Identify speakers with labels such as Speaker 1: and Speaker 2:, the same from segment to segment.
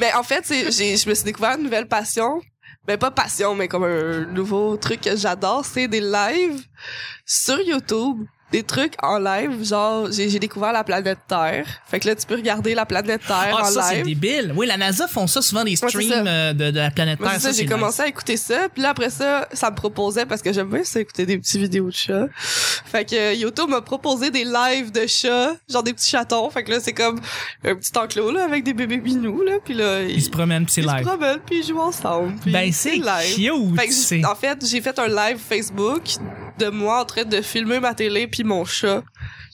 Speaker 1: Mais Ben, en fait, c'est- j'ai- je me suis découvert une nouvelle passion. Ben, pas passion, mais comme un nouveau truc que j'adore, c'est des lives sur YouTube. Des trucs en live, genre, j'ai j'ai découvert la planète Terre. Fait que là, tu peux regarder la planète Terre
Speaker 2: Ah,
Speaker 1: en
Speaker 2: ça,
Speaker 1: live.
Speaker 2: c'est débile. Oui, la NASA font ça souvent, des
Speaker 1: c'est
Speaker 2: streams
Speaker 1: ça.
Speaker 2: euh, de, de la planète
Speaker 1: Moi,
Speaker 2: Terre.
Speaker 1: c'est ça,
Speaker 2: Ça,
Speaker 1: j'ai
Speaker 2: c'est
Speaker 1: commencé à écouter ça, puis là après ça, ça me proposait parce que j'aime bien ça écouter des petites vidéos de chats. Fait que euh, YouTube m'a proposé des lives de chats, genre des petits chatons. Fait que là c'est comme un petit enclos là avec des bébés binous là, puis là
Speaker 2: nice. Ils se promènent, puis c'est
Speaker 1: ils se
Speaker 2: live.
Speaker 1: promènent puis ils jouent ensemble. puis
Speaker 2: Ben, c'est
Speaker 1: live. Fait
Speaker 2: cute,
Speaker 1: que
Speaker 2: c'est...
Speaker 1: j'ai- en fait, j'ai fait un live Facebook de moi en train de filmer ma télé puis mon chat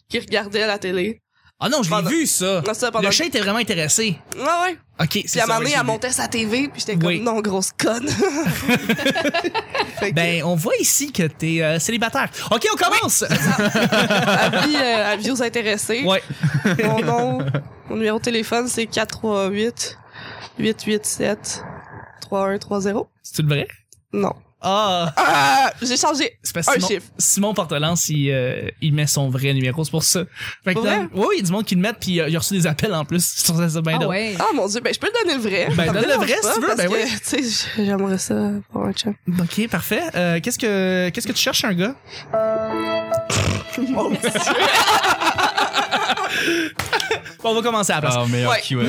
Speaker 1: qui regardait la télé.
Speaker 2: Ah non, je l'ai
Speaker 1: pendant-
Speaker 2: vu, ça.
Speaker 1: Non, ça pendant
Speaker 2: Le chat était vraiment intéressé.
Speaker 1: Ouais ouais.
Speaker 2: OK,
Speaker 1: Puis
Speaker 2: c'est
Speaker 1: à un
Speaker 2: ça.
Speaker 1: moment
Speaker 2: ouais,
Speaker 1: donné,
Speaker 2: j'ai
Speaker 1: elle
Speaker 2: vu.
Speaker 1: montait sa TV, puis j'étais
Speaker 2: Oui.
Speaker 1: comme non grosse conne. Fait que-
Speaker 2: Ben, on voit ici que t'es euh, célibataire. OK, on commence!
Speaker 1: avis, euh, avis aux intéressés.
Speaker 2: ouais.
Speaker 1: Mon nom, mon numéro de téléphone, c'est 438 887 3130.
Speaker 2: C'est-tu le vrai?
Speaker 1: Non.
Speaker 2: Ah!
Speaker 1: Ah, j'ai changé.
Speaker 2: C'est parce
Speaker 1: Un
Speaker 2: que Simon,
Speaker 1: chiffre.
Speaker 2: Simon Portelance, il, euh, il met son vrai numéro, c'est pour ça. Fait que
Speaker 1: Pour vrai?
Speaker 2: dans- oui, il y a du monde qui le met, puis euh, il a reçu des appels en plus. Je trouve ça bien
Speaker 3: Ah
Speaker 2: drôle.
Speaker 3: ouais.
Speaker 1: Ah mon dieu, ben je peux le donner le vrai.
Speaker 2: Ben,
Speaker 1: Ça me
Speaker 2: donne le
Speaker 1: dérange
Speaker 2: vrai, si
Speaker 1: pas,
Speaker 2: tu veux,
Speaker 1: parce
Speaker 2: ben
Speaker 1: que,
Speaker 2: oui.
Speaker 1: Tu sais, j'aimerais ça pour un chum.
Speaker 2: OK, parfait. Euh, qu'est-ce que qu'est-ce que tu cherches un gars
Speaker 4: Oh,
Speaker 2: Bon, on va commencer à la place.
Speaker 4: Ah, meilleur
Speaker 1: Ouais.
Speaker 4: keyword.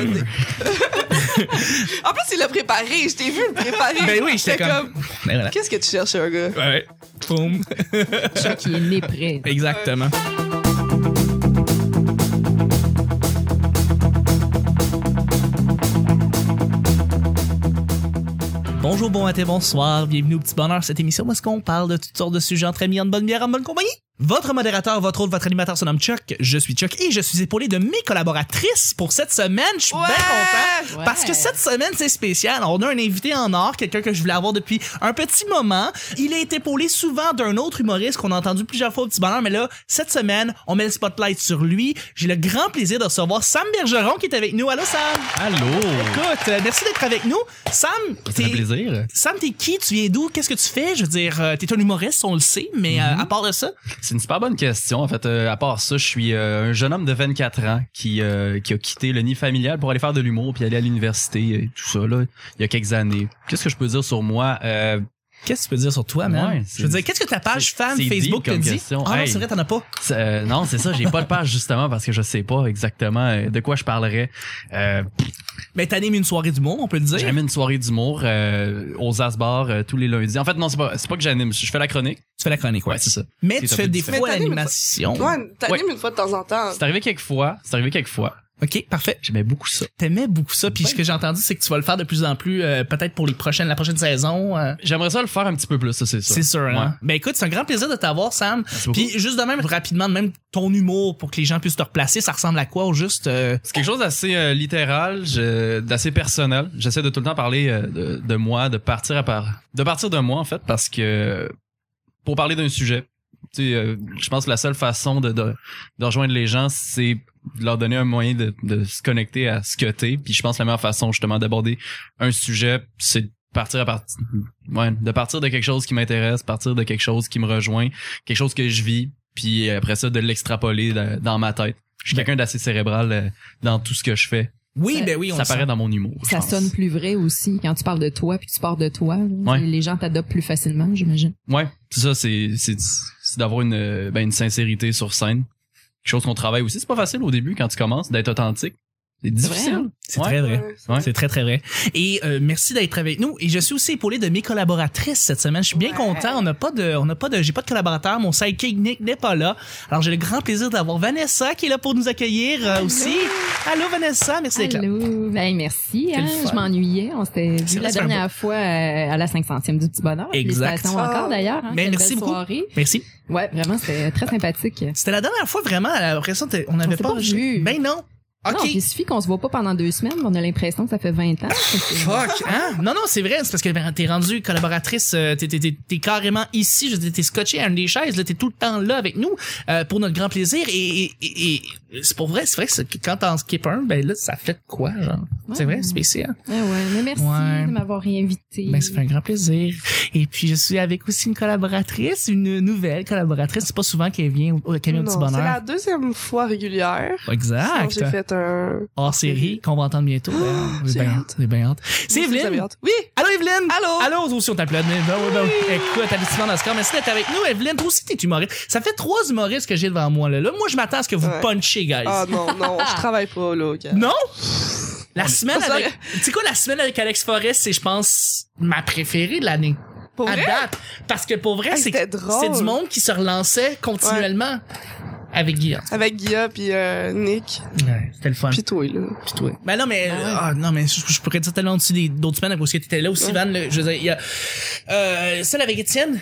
Speaker 1: En plus, il l'a préparé. Je t'ai vu le préparer.
Speaker 2: Ben oui, j'étais comme- Ben voilà.
Speaker 1: Qu'est-ce que tu cherches, un gars?
Speaker 2: Ouais. Boum.
Speaker 3: Chat qui est né prêt.
Speaker 2: Exactement. Bonjour, bon matin, bonsoir, bienvenue au Petit Bonheur, cette émission où est-ce qu'on parle de toutes sortes de sujets entre amis, en bonne bière, en bonne compagnie. Votre modérateur, votre hôte, votre animateur se nomme Chuck, je suis Chuck et je suis épaulé de mes collaboratrices pour cette semaine, je suis
Speaker 1: Ouais!
Speaker 2: bien content.
Speaker 3: Ouais.
Speaker 2: Parce que cette semaine, c'est spécial. On a un invité en or, quelqu'un que je voulais avoir depuis un petit moment. Il est épaulé souvent d'un autre humoriste qu'on a entendu plusieurs fois au petit bonheur, mais là, cette semaine, on met le spotlight sur lui. J'ai le grand plaisir de recevoir Sam Bergeron qui est avec nous. Allô, Sam!
Speaker 4: Allô?
Speaker 2: Écoute, euh, merci d'être avec nous. Sam,
Speaker 4: Ça fait
Speaker 2: t'es...
Speaker 4: plaisir.
Speaker 2: Sam, t'es qui? Tu viens d'où? Qu'est-ce que tu fais? Je veux dire, euh, t'es un humoriste, on le sait, mais
Speaker 4: Mm-hmm.
Speaker 2: euh, à part de ça,
Speaker 4: C'est une super bonne question. En fait, euh, à part ça, je suis euh, un jeune homme de 24 ans qui, euh, qui a quitté le nid familial pour aller faire de l'humour puis aller à l'université et tout ça, là, il y a quelques années. Qu'est-ce que je peux dire sur moi? Euh,
Speaker 2: qu'est-ce que tu peux dire sur toi, man?
Speaker 4: Ouais, c'est-
Speaker 2: je veux dire, qu'est-ce que ta page
Speaker 4: c'est-
Speaker 2: fan
Speaker 4: c'est
Speaker 2: Facebook
Speaker 4: deep
Speaker 2: te
Speaker 4: comme
Speaker 2: dit?
Speaker 4: question.
Speaker 2: Ah non,
Speaker 4: Hey.
Speaker 2: c'est vrai, t'en as pas.
Speaker 4: C'est- euh, non, c'est ça, j'ai pas de page justement parce que je sais pas exactement euh, de quoi je parlerais. Euh,
Speaker 2: Mais Ben, t'animes une soirée du monde, on peut le dire.
Speaker 4: j'anime une soirée d'humour euh, aux Asbars euh, tous les lundis. En fait, non, c'est pas, c'est pas que j'anime, je fais la chronique.
Speaker 2: Tu fais la chronique, ouais.
Speaker 4: Ouais, c'est ça.
Speaker 2: Mais
Speaker 4: C'est
Speaker 2: tu
Speaker 4: un
Speaker 2: fais
Speaker 4: peu
Speaker 2: des
Speaker 4: différent.
Speaker 2: fois
Speaker 1: Mais t'animes une fois-
Speaker 2: l'animation.
Speaker 1: Ouais, t'animes une fois de temps en temps.
Speaker 4: C'est arrivé quelques fois, c'est arrivé quelques fois.
Speaker 2: Ok, parfait.
Speaker 4: J'aimais beaucoup ça.
Speaker 2: T'aimais beaucoup ça, puis
Speaker 4: Ouais.
Speaker 2: ce que j'ai entendu, c'est que tu vas le faire de plus en plus, euh, peut-être pour les prochaines, la prochaine saison. euh,
Speaker 4: J'aimerais ça le faire un petit peu plus, ça, c'est sûr.
Speaker 2: c'est sûr, hein?
Speaker 4: Ouais.
Speaker 2: Ben écoute, c'est un grand plaisir de t'avoir, Sam.
Speaker 4: Merci beaucoup.
Speaker 2: Puis juste de même, rapidement, de même ton humour pour que les gens puissent te replacer, ça ressemble à quoi au juste? euh,
Speaker 4: C'est quelque chose d'assez euh, littéral, je- d'assez personnel. J'essaie de tout le temps parler euh, de, de moi, de partir à part, de partir de moi en fait, parce que euh, pour parler d'un sujet, tu sais, euh, je pense que la seule façon de, de, de rejoindre les gens, c'est de leur donner un moyen de, de se connecter à ce que t'es. Puis je pense que la meilleure façon justement d'aborder un sujet, c'est de partir à partir, ouais, de partir de quelque chose qui m'intéresse, partir de quelque chose qui me rejoint, quelque chose que je vis, puis après ça de l'extrapoler dans- dans ma tête. Je suis
Speaker 2: Ben.
Speaker 4: quelqu'un d'assez cérébral euh, dans tout ce que je fais.
Speaker 2: Oui,
Speaker 3: Ça-
Speaker 2: ben oui, on
Speaker 4: ça
Speaker 2: le sent.
Speaker 4: paraît dans mon humour. je
Speaker 3: Ça
Speaker 4: pense.
Speaker 3: sonne plus vrai aussi quand tu parles de toi puis tu pars de toi. là.
Speaker 4: Ouais.
Speaker 3: Les gens t'adoptent plus facilement, j'imagine.
Speaker 4: Ouais, c'est ça, c'est c'est c'est d'avoir une euh, ben, une sincérité sur scène. Quelque chose qu'on travaille aussi. C'est pas facile au début quand tu commences d'être authentique. C'est difficile.
Speaker 3: vrai,
Speaker 1: hein?
Speaker 2: C'est
Speaker 4: Ouais.
Speaker 2: très vrai.
Speaker 1: Ouais,
Speaker 4: Ouais.
Speaker 2: C'est très, très vrai. Et euh, merci d'être avec nous. Et je suis aussi épaulé de mes collaboratrices cette semaine. Je suis bien
Speaker 1: Ouais.
Speaker 2: content. On n'a pas de, on n'a pas de, j'ai pas de collaborateur. Mon sidekick Nick n'est pas là. Alors, j'ai le grand plaisir d'avoir Vanessa qui est là pour nous accueillir euh, aussi. Allô, Vanessa. Merci d'être là.
Speaker 3: Allô, ben merci.
Speaker 2: Quel
Speaker 3: hein.
Speaker 2: fun.
Speaker 3: je m'ennuyais. On s'était
Speaker 2: C'est
Speaker 3: vu
Speaker 2: vrai,
Speaker 3: la
Speaker 2: c'est un
Speaker 3: dernière fois euh, à la 500e du petit bonheur.
Speaker 2: Exact.
Speaker 3: Félicitations
Speaker 1: Ah.
Speaker 3: encore d'ailleurs. Hein,
Speaker 2: Mais
Speaker 3: Quelle
Speaker 2: merci
Speaker 3: belle
Speaker 2: beaucoup.
Speaker 3: soirée.
Speaker 2: Merci.
Speaker 3: Ouais, vraiment, c'était très sympathique.
Speaker 2: C'était la dernière fois vraiment. euh, La l'impression que on n'avait
Speaker 3: s'est
Speaker 2: pas,
Speaker 3: pas revus.
Speaker 2: Ben non.
Speaker 3: Non,
Speaker 2: Ok. Ah,
Speaker 3: puis il suffit qu'on se voit pas pendant deux semaines, mais on a l'impression que ça fait 20 ans.
Speaker 2: Fuck, hein? Non, non, c'est vrai, c'est parce que ben, t'es rendue collaboratrice, euh, t'es, t'es- t'es- t'es carrément ici, je veux dire, t'es scotché à une des chaises, là, t'es tout le temps là avec nous euh, pour notre grand plaisir. Et, et- et- et c'est pour vrai, c'est vrai que c'est- quand t'en skip un, ben là, ça fait de quoi, genre? C'est
Speaker 3: Ouais.
Speaker 2: vrai, spécial.
Speaker 3: Ah ouais, mais merci
Speaker 2: Ouais.
Speaker 3: de m'avoir réinvité.
Speaker 2: Ben, ça fait un grand plaisir. Et puis, je suis avec aussi une collaboratrice, une nouvelle collaboratrice. C'est pas souvent qu'elle vient au, au- qu'elle vient au
Speaker 1: Non,
Speaker 2: petit
Speaker 1: c'est
Speaker 2: bonheur.
Speaker 1: la deuxième fois régulière. que
Speaker 2: Exact.
Speaker 1: J'ai fait un.
Speaker 2: hors série qu'on va entendre bientôt. Ben,
Speaker 1: j'ai
Speaker 2: J'ai bien hâte. J'ai bien hâte. C'est
Speaker 1: Moi aussi, j'avais
Speaker 2: Evelyne.
Speaker 1: hâte. Oui!
Speaker 2: Allô, Evelyne.
Speaker 1: Allô!
Speaker 2: Allô, nous aussi, on t'applaudit. Ben oui, ben oui. Écoute, applaudissements d'Oscar. Merci d'être avec nous, Evelyne. Toi aussi, t'es humoriste. Ça fait trois humoristes que j'ai devant moi, là. Là, moi, je m'attends à ce que vous
Speaker 1: Ouais.
Speaker 2: punchiez, guys.
Speaker 1: Ah non, non, je travaille pas, là, gars.
Speaker 2: Non? La semaine
Speaker 1: ça
Speaker 2: avec, tu sais quoi, la semaine avec Alex Forest, c'est, je pense, ma préférée de l'année.
Speaker 1: Pour
Speaker 2: à
Speaker 1: vrai?
Speaker 2: date. Parce que pour vrai,
Speaker 1: Hey,
Speaker 2: c'est,
Speaker 1: c'était drôle.
Speaker 2: c'est du monde qui se relançait continuellement avec Guillaume.
Speaker 1: Avec Guilla puis euh, Nick,
Speaker 2: Ouais, c'était le fun.
Speaker 1: puis toi, là.
Speaker 2: Puis toi. Ben non, mais, ah, non, mais je, je pourrais dire tellement dessus des- d'autres semaines à cause que t'étais là aussi, Van. là, je veux dire, il y a, euh, celle avec Étienne.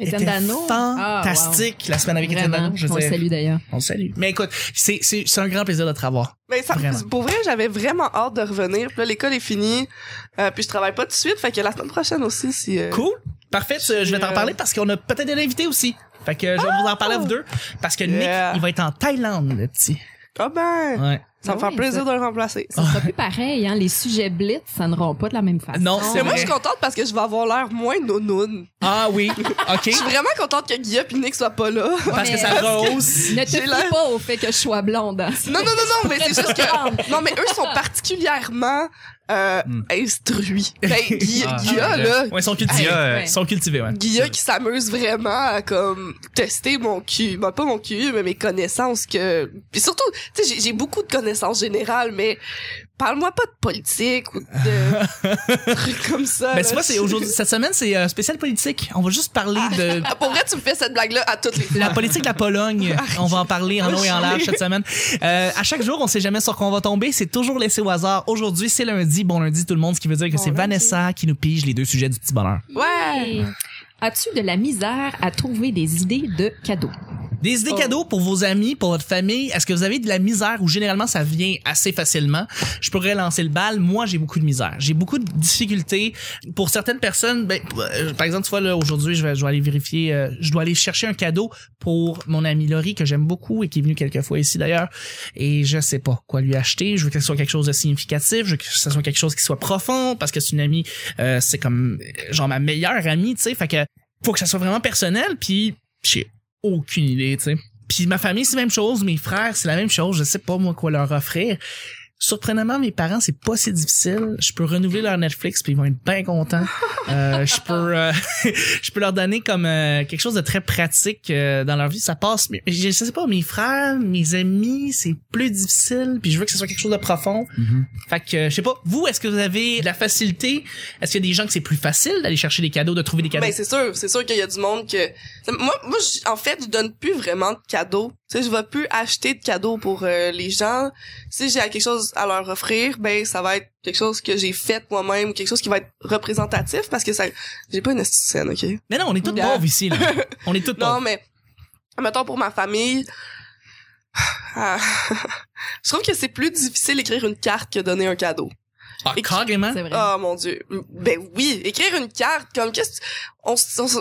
Speaker 3: Étienne
Speaker 2: était
Speaker 3: Dano. Ah, wow.
Speaker 2: Fantastique, la semaine avec Étienne
Speaker 3: Vraiment.
Speaker 2: Dano. Je
Speaker 3: On
Speaker 2: veux
Speaker 3: le
Speaker 2: dire,
Speaker 3: salue d'ailleurs.
Speaker 2: on le salue. Mais écoute, c'est, c'est, c'est un grand plaisir de te revoir.
Speaker 1: Mais Ben, ça,
Speaker 2: Vraiment.
Speaker 1: pour vrai, j'avais vraiment hâte de revenir. Puis là, l'école est finie, euh, puis je travaille pas tout de suite, fait que la semaine prochaine aussi, si... euh,
Speaker 2: Cool. Parfait. tu- Je vais t'en
Speaker 1: Euh,
Speaker 2: parler parce qu'on a peut-être un invité aussi. Fait que je vais vous en parler à
Speaker 3: Oh!
Speaker 2: vous deux. Parce que
Speaker 1: Yeah.
Speaker 2: Nick, il va être en Thaïlande, le petit.
Speaker 1: Ah ben!
Speaker 2: Ouais.
Speaker 1: Ça me fait
Speaker 3: Ah oui,
Speaker 1: plaisir de le remplacer.
Speaker 3: Ça sera plus pareil, hein. Les sujets blitz, ça ne rend pas de la même façon.
Speaker 2: Non, c'est
Speaker 1: Mais moi,
Speaker 2: vrai.
Speaker 1: je suis contente parce que je vais avoir l'air moins nounoun.
Speaker 2: Ah oui. OK.
Speaker 1: Je suis vraiment contente que Guilla puis Nick soient pas là.
Speaker 2: Parce que
Speaker 3: mais-
Speaker 2: ça rose.
Speaker 3: Ne te
Speaker 1: J'ai l'air-
Speaker 3: fie pas au fait que je sois blonde. hein.
Speaker 1: Non, non, non, non, mais c'est juste
Speaker 3: Comprendre.
Speaker 1: que. Non, mais eux sont particulièrement euh,
Speaker 4: Hmm.
Speaker 1: instruits. Ben, Guilla,
Speaker 4: Ah,
Speaker 1: Guilla,
Speaker 4: ah,
Speaker 1: là,
Speaker 2: Ouais, ils sont cultivés.
Speaker 4: Guilla, euh,
Speaker 3: ouais.
Speaker 2: Ils sont cultivés, ouais.
Speaker 1: Guilla qui s'amuse vraiment à comme tester mon cul, ben, pas mon cul, mais mes connaissances que. Puis surtout, tu sais, j'ai- j'ai beaucoup de connaissances générales, mais parle-moi pas de politique ou de trucs comme ça. là.
Speaker 2: Ben, c'est pas, c'est aujourd'hui, cette semaine, c'est euh, spécial politique. On va juste parler de
Speaker 1: Ah, Pour vrai, tu me fais cette blague-là à toutes les fois.
Speaker 2: la politique de la Pologne. On va en parler en haut et en large cette semaine. Euh, à chaque jour, on sait jamais sur quoi on va tomber. C'est toujours laissé au hasard. Aujourd'hui, c'est lundi. Bon lundi, tout le monde. Ce qui veut dire que
Speaker 1: Bon
Speaker 2: c'est
Speaker 1: lundi.
Speaker 2: Vanessa qui nous pige les deux sujets du petit bonheur.
Speaker 1: Ouais!
Speaker 3: Et As-tu de la misère à trouver des idées de cadeaux?
Speaker 2: Des idées
Speaker 1: Oh.
Speaker 2: cadeaux pour vos amis, pour votre famille. Est-ce que vous avez de la misère ou généralement ça vient assez facilement? Je pourrais lancer le bal. Moi, j'ai beaucoup de misère. J'ai beaucoup de difficultés. Pour certaines personnes, ben, euh, par exemple, tu vois, là, aujourd'hui, je vais, je vais aller vérifier, euh, je dois aller chercher un cadeau pour mon amie Laurie que j'aime beaucoup et qui est venue quelques fois ici d'ailleurs. Et je sais pas quoi lui acheter. Je veux que ce soit quelque chose de significatif. Je veux que ce soit quelque chose qui soit profond parce que c'est une amie, euh, c'est comme, euh, genre, ma meilleure amie, tu sais. Fait que, faut que ça soit vraiment personnel puis, j'ai aucune idée, tu sais. Puis ma famille, c'est la même chose, mes frères, c'est la même chose, je sais pas moi quoi leur offrir. Surprenamment, mes parents, c'est pas si difficile. Je peux renouveler leur Netflix, puis ils vont être bien contents. Euh, je peux, euh, je peux leur donner comme euh, quelque chose de très pratique euh, dans leur vie. Ça passe. mieux. Je sais pas, mes frères, mes amis, c'est plus difficile. Puis je veux que ce soit quelque chose de profond.
Speaker 4: Mhm.
Speaker 1: Mm-hmm.
Speaker 2: Fait que euh, je sais pas. Vous, est-ce que vous avez de la facilité Est-ce qu'il y a des gens que c'est plus facile d'aller chercher des cadeaux, de trouver des cadeaux
Speaker 1: Ben c'est sûr, c'est sûr qu'il y a du monde que Ça- moi moi j- en fait, je donne plus vraiment de cadeaux. Tu sais, je vais plus acheter de cadeaux pour euh, les gens. Si j'ai quelque chose à leur offrir, ben ça va être quelque chose que j'ai fait moi-même, quelque chose qui va être représentatif parce que ça j'ai pas une esthéticienne, OK
Speaker 2: Mais non, on est tous
Speaker 1: Yeah.
Speaker 2: pauvres ici. Là. On est tous
Speaker 1: Non,
Speaker 2: pauvres.
Speaker 1: mais mettons pour ma famille ah, je trouve que c'est plus difficile d'écrire une carte que donner un cadeau.
Speaker 2: Ah,
Speaker 1: Et-
Speaker 2: carrément.
Speaker 3: C'est vrai.
Speaker 1: Oh mon dieu. Ben oui, écrire une carte comme qu'est-ce que tu- on s- on s-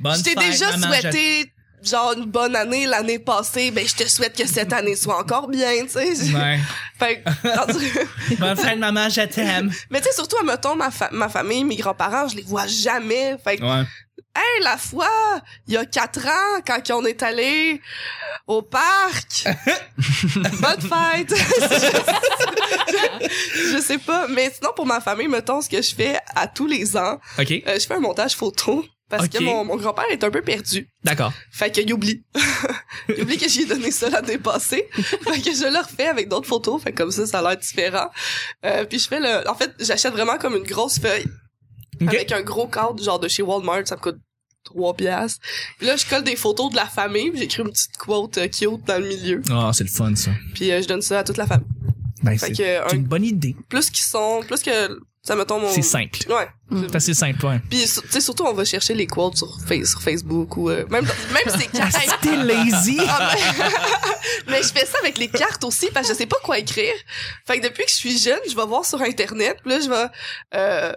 Speaker 2: Bonne
Speaker 1: je t'ai
Speaker 2: fête,
Speaker 1: déjà
Speaker 2: maman, je-
Speaker 1: souhaité genre une bonne année l'année passée, ben je te souhaite que cette année soit encore bien, tu sais.
Speaker 2: Ouais.
Speaker 1: Fait que, rendu-
Speaker 2: Bonne fête, maman, je t'aime.
Speaker 1: mais tu sais surtout mettons ma fa- ma famille, mes grands-parents, je les vois jamais. Fait que,
Speaker 2: Ouais.
Speaker 1: hey, la fois, il y a quatre ans quand on est allé au parc. bonne fête. je sais pas, mais sinon pour ma famille, mettons ce que je fais à tous les ans,
Speaker 2: OK.
Speaker 1: euh, je fais un montage photo parce
Speaker 2: Ok.
Speaker 1: que mon- mon grand-père est un peu perdu.
Speaker 2: D'accord.
Speaker 1: Fait que il oublie. il oublie que j'y ai donné ça l'année passée. fait que je le refais avec d'autres photos. Fait que comme ça, ça a l'air différent. Euh, puis je fais le... En fait, j'achète vraiment comme une grosse feuille
Speaker 2: OK.
Speaker 1: avec un gros cadre genre de chez Walmart. Ça me coûte 3 piastres. Puis là, je colle des photos de la famille. puis J'écris une petite quote euh, cute dans le milieu.
Speaker 2: Ah, c'est le fun, ça.
Speaker 1: Puis euh, je donne ça à toute la famille.
Speaker 2: Ben,
Speaker 1: Fait
Speaker 2: c'est
Speaker 1: que euh,
Speaker 2: c'est
Speaker 1: un-
Speaker 2: une bonne idée.
Speaker 1: plus qu'ils sont... Plus que... Ça me tombe... Mon...
Speaker 2: C'est simple.
Speaker 1: Ouais.
Speaker 2: C'est assez simple, ouais.
Speaker 1: Puis, sur- tu sais, surtout, on va chercher les quotes sur, face, sur Facebook ou... euh, même, dans- même ces cartes... Hey,
Speaker 2: T'es lazy.
Speaker 1: Ah, mais- mais je fais ça avec les cartes aussi parce que je sais pas quoi écrire. Fait que depuis que je suis jeune, je vais voir sur internet, puis là je vais euh,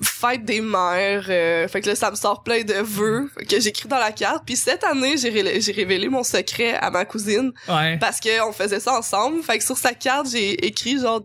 Speaker 1: fête des mères. euh, fait que là ça me sort plein de vœux que j'écris dans la carte. Puis cette année, j'ai ré- j'ai révélé mon secret à ma cousine
Speaker 2: Ouais.
Speaker 1: parce que on faisait ça ensemble. Fait que sur sa carte, j'ai écrit genre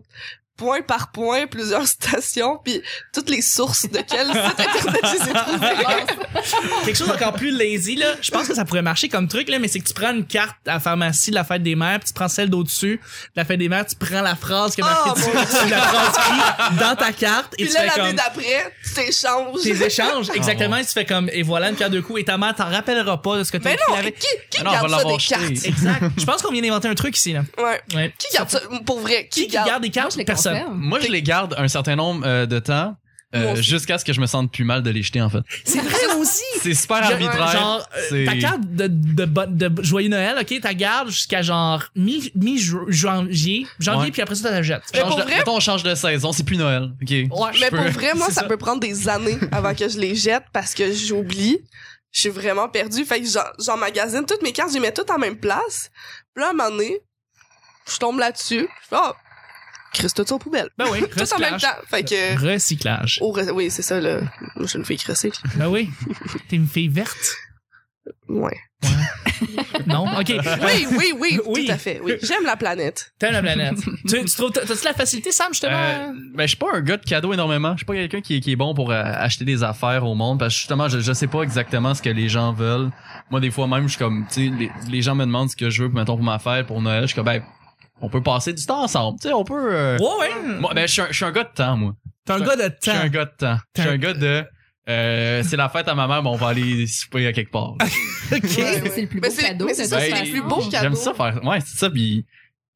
Speaker 1: point par point plusieurs stations puis toutes les sources de quel site internet je les ai trouvées.
Speaker 2: Quelque chose d'encore plus lazy, là. Je pense que ça pourrait marcher comme truc, là, mais c'est que tu prends une carte à la pharmacie de la fête des mères, puis tu prends celle d'au-dessus de la fête des mères, tu prends la phrase qui est marquée
Speaker 1: Ah,
Speaker 2: dessus,
Speaker 1: mon
Speaker 2: tu la transcris dans ta carte, et
Speaker 1: Puis
Speaker 2: tu
Speaker 1: là
Speaker 2: fais
Speaker 1: l'année
Speaker 2: comme
Speaker 1: d'après, tu t'échanges.
Speaker 2: tes échanges, exactement, et tu fais comme, et voilà, une carte de coup, et ta mère t'en rappellera pas de ce que t'as
Speaker 1: Mais
Speaker 2: écrit
Speaker 1: non,
Speaker 2: la veille.
Speaker 1: qui, qui
Speaker 4: Mais Ah non, on
Speaker 1: garde
Speaker 4: va
Speaker 1: ça des
Speaker 4: l'avoir jeté.
Speaker 1: cartes
Speaker 2: Exact. Je pense qu'on vient d'inventer un truc ici, là.
Speaker 1: Ouais.
Speaker 2: Ouais.
Speaker 1: Qui garde ça pour vrai
Speaker 2: Qui, qui garde des
Speaker 3: Moi,
Speaker 2: cartes?
Speaker 3: je les
Speaker 2: Personne.
Speaker 3: conserve.
Speaker 4: Moi, je les garde un certain nombre euh, de temps euh,
Speaker 1: Moi aussi.
Speaker 4: jusqu'à ce que je me sente plus mal de les jeter, en fait.
Speaker 2: C'est vrai moi aussi!
Speaker 4: C'est super
Speaker 2: Genre,
Speaker 4: arbitraire.
Speaker 2: Genre, euh,
Speaker 4: C'est-
Speaker 2: ta carte de, de, bon- de Joyeux Noël, ok, ta garde jusqu'à genre mi- mi-janvier, janvier,
Speaker 4: Ouais.
Speaker 2: puis après ça, t'as la jettes.
Speaker 1: Mais
Speaker 4: Change
Speaker 1: pour
Speaker 4: de-
Speaker 1: vrai-
Speaker 4: mettons, on change de saison, c'est plus Noël. OK.
Speaker 2: Ouais,
Speaker 4: Je
Speaker 1: Mais
Speaker 4: peux-
Speaker 1: pour vrai, moi,
Speaker 2: c'est
Speaker 1: ça
Speaker 2: ça.
Speaker 1: peut prendre des années avant que je les jette parce que j'oublie. Je suis vraiment perdue. Fait que j'en- j'emmagasine toutes mes cartes, je les mets toutes en même place. Puis là, à un moment donné, je tombe là-dessus. Je fais, oh, crisse tout ça aux poubelles.
Speaker 2: Ben oui,
Speaker 1: Tout en même
Speaker 2: recyclage.
Speaker 1: temps. Fait que...
Speaker 2: Recyclage.
Speaker 1: au re- oui, c'est ça, là. Moi, je ne fais crisser.
Speaker 2: Ben oui. T'es une fille verte?
Speaker 1: Ouais.
Speaker 2: Non? OK.
Speaker 1: Oui, oui, oui,
Speaker 2: Oui.
Speaker 1: tout à fait. Oui. J'aime la planète.
Speaker 2: T'aimes la planète. tu, tu trouves, t'as-tu la facilité, Sam, justement?
Speaker 1: hein.
Speaker 4: Euh, ben, je suis pas un gars de cadeaux énormément. Je suis pas quelqu'un qui, est- qui est bon pour euh, acheter des affaires au monde parce que justement, je, je sais pas exactement ce que les gens veulent. Moi, des fois même, je suis comme, tu sais, les, les gens me demandent ce que je veux, mettons, pour ma fête, pour Noël. Je suis comme, ben, on peut passer du temps ensemble. Tu sais, on peut. euh,
Speaker 2: ouais, ouais.
Speaker 4: Moi, ben, je suis un- je suis un gars de temps, moi.
Speaker 2: T'es un
Speaker 4: je-
Speaker 2: gars de
Speaker 4: Je suis un
Speaker 2: temps.
Speaker 4: gars de temps. Je suis un gars de. euh, c'est la fête à ma mère, bon, on va aller souper à quelque part. Ben,
Speaker 1: Ouais, ouais.
Speaker 3: C'est le plus
Speaker 1: Mais
Speaker 3: beau
Speaker 1: c'est-
Speaker 3: cadeau.
Speaker 1: mais c'est
Speaker 3: de
Speaker 1: Ah, ça,
Speaker 3: toute
Speaker 1: c'est le
Speaker 3: façon.
Speaker 1: plus beau cadeau.
Speaker 4: J'aime ça faire. Ouais, c'est ça. Puis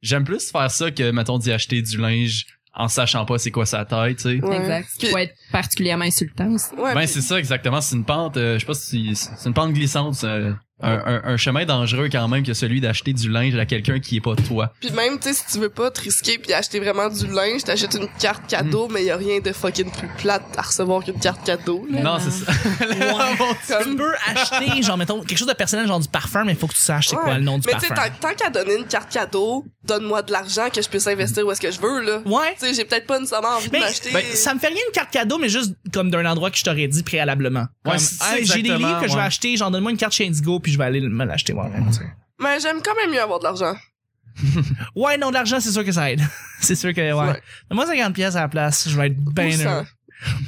Speaker 4: j'aime plus faire ça que, mettons, d'y acheter du linge en sachant pas c'est quoi sa taille, tu sais.
Speaker 1: Ouais.
Speaker 3: Exact. Ce qui
Speaker 1: Puis-
Speaker 3: peut être particulièrement insultant aussi.
Speaker 1: Ouais,
Speaker 4: Ben,
Speaker 1: puis-
Speaker 4: c'est ça, exactement. C'est une pente, euh, je sais pas si c'est une pente glissante, c'est, euh, un, un- un chemin dangereux quand même que celui d'acheter du linge à quelqu'un qui est pas toi.
Speaker 1: Puis même, tu sais, si tu veux pas te risquer puis acheter vraiment du linge, t'achètes une carte cadeau,
Speaker 2: Mm.
Speaker 1: mais y a rien de fucking plus plate à recevoir qu'une carte cadeau. là.
Speaker 3: Mais
Speaker 4: Non,
Speaker 3: non.
Speaker 4: c'est ça.
Speaker 2: Ouais. Tu
Speaker 1: Comme-
Speaker 2: peux acheter, genre, mettons, quelque chose de personnel, genre du parfum, mais il faut que tu saches c'est quoi
Speaker 1: Ouais.
Speaker 2: le nom du
Speaker 1: mais tu sais,
Speaker 2: parfum.
Speaker 1: tant, tant qu'à donner une carte cadeau, donne-moi de l'argent que je puisse investir où est-ce que je veux, là.
Speaker 2: Ouais.
Speaker 1: Tu sais, j'ai peut-être pas nécessairement envie
Speaker 2: Mais-
Speaker 1: de m'acheter.
Speaker 2: ben, ça me fait rien une carte cadeau, mais juste comme d'un endroit que je t'aurais dit préalablement.
Speaker 4: Ouais,
Speaker 2: Comme,
Speaker 4: c'est-
Speaker 2: hey, j'ai des
Speaker 4: exactement,
Speaker 2: livres que je vais
Speaker 4: ouais.
Speaker 2: acheter, genre donne-moi une carte chez Indigo, puis je vais aller me l'acheter moi-même. tu sais.
Speaker 1: Mais j'aime quand même mieux avoir de l'argent.
Speaker 2: Ouais, non, de l'argent, c'est sûr que ça aide. c'est sûr que, ouais.
Speaker 1: Ouais.
Speaker 2: Moi, 50 pièces à la place, je vais être
Speaker 1: Ou
Speaker 2: ben
Speaker 1: cent.
Speaker 2: heureux.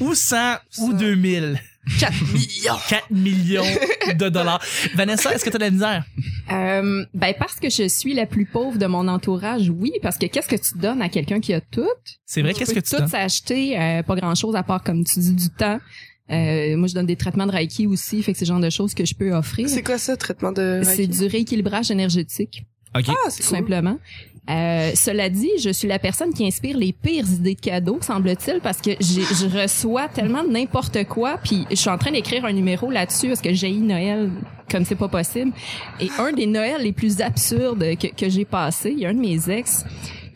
Speaker 2: Ou 100, ou
Speaker 1: 100.
Speaker 2: 2000.
Speaker 1: 4 millions.
Speaker 2: 4 millions de dollars. Vanessa, est-ce que t'as de la misère?
Speaker 3: Euh, ben parce que je suis la plus pauvre de mon entourage, oui. Parce que qu'est-ce que tu donnes à quelqu'un qui a tout
Speaker 2: C'est vrai, qu'est-ce que
Speaker 3: peut
Speaker 2: tu
Speaker 3: tout
Speaker 2: donnes?
Speaker 3: s'acheter, euh, pas grand-chose à part comme tu dis du temps. Euh, moi, je donne des traitements de reiki aussi, fait que c'est le genre de choses que je peux offrir.
Speaker 1: C'est quoi ça, traitement de.
Speaker 3: C'est du rééquilibrage énergétique,
Speaker 2: OK.
Speaker 1: Ah, c'est
Speaker 3: tout
Speaker 1: cool.
Speaker 3: simplement. Euh, cela dit, je suis la personne qui inspire les pires idées de cadeaux, semble-t-il, parce que j'ai- je reçois tellement de n'importe quoi, puis je suis en train d'écrire un numéro là-dessus, parce que j'ai Noël comme c'est pas possible. Et un des Noëls les plus absurdes que, que j'ai passé, il y a un de mes ex,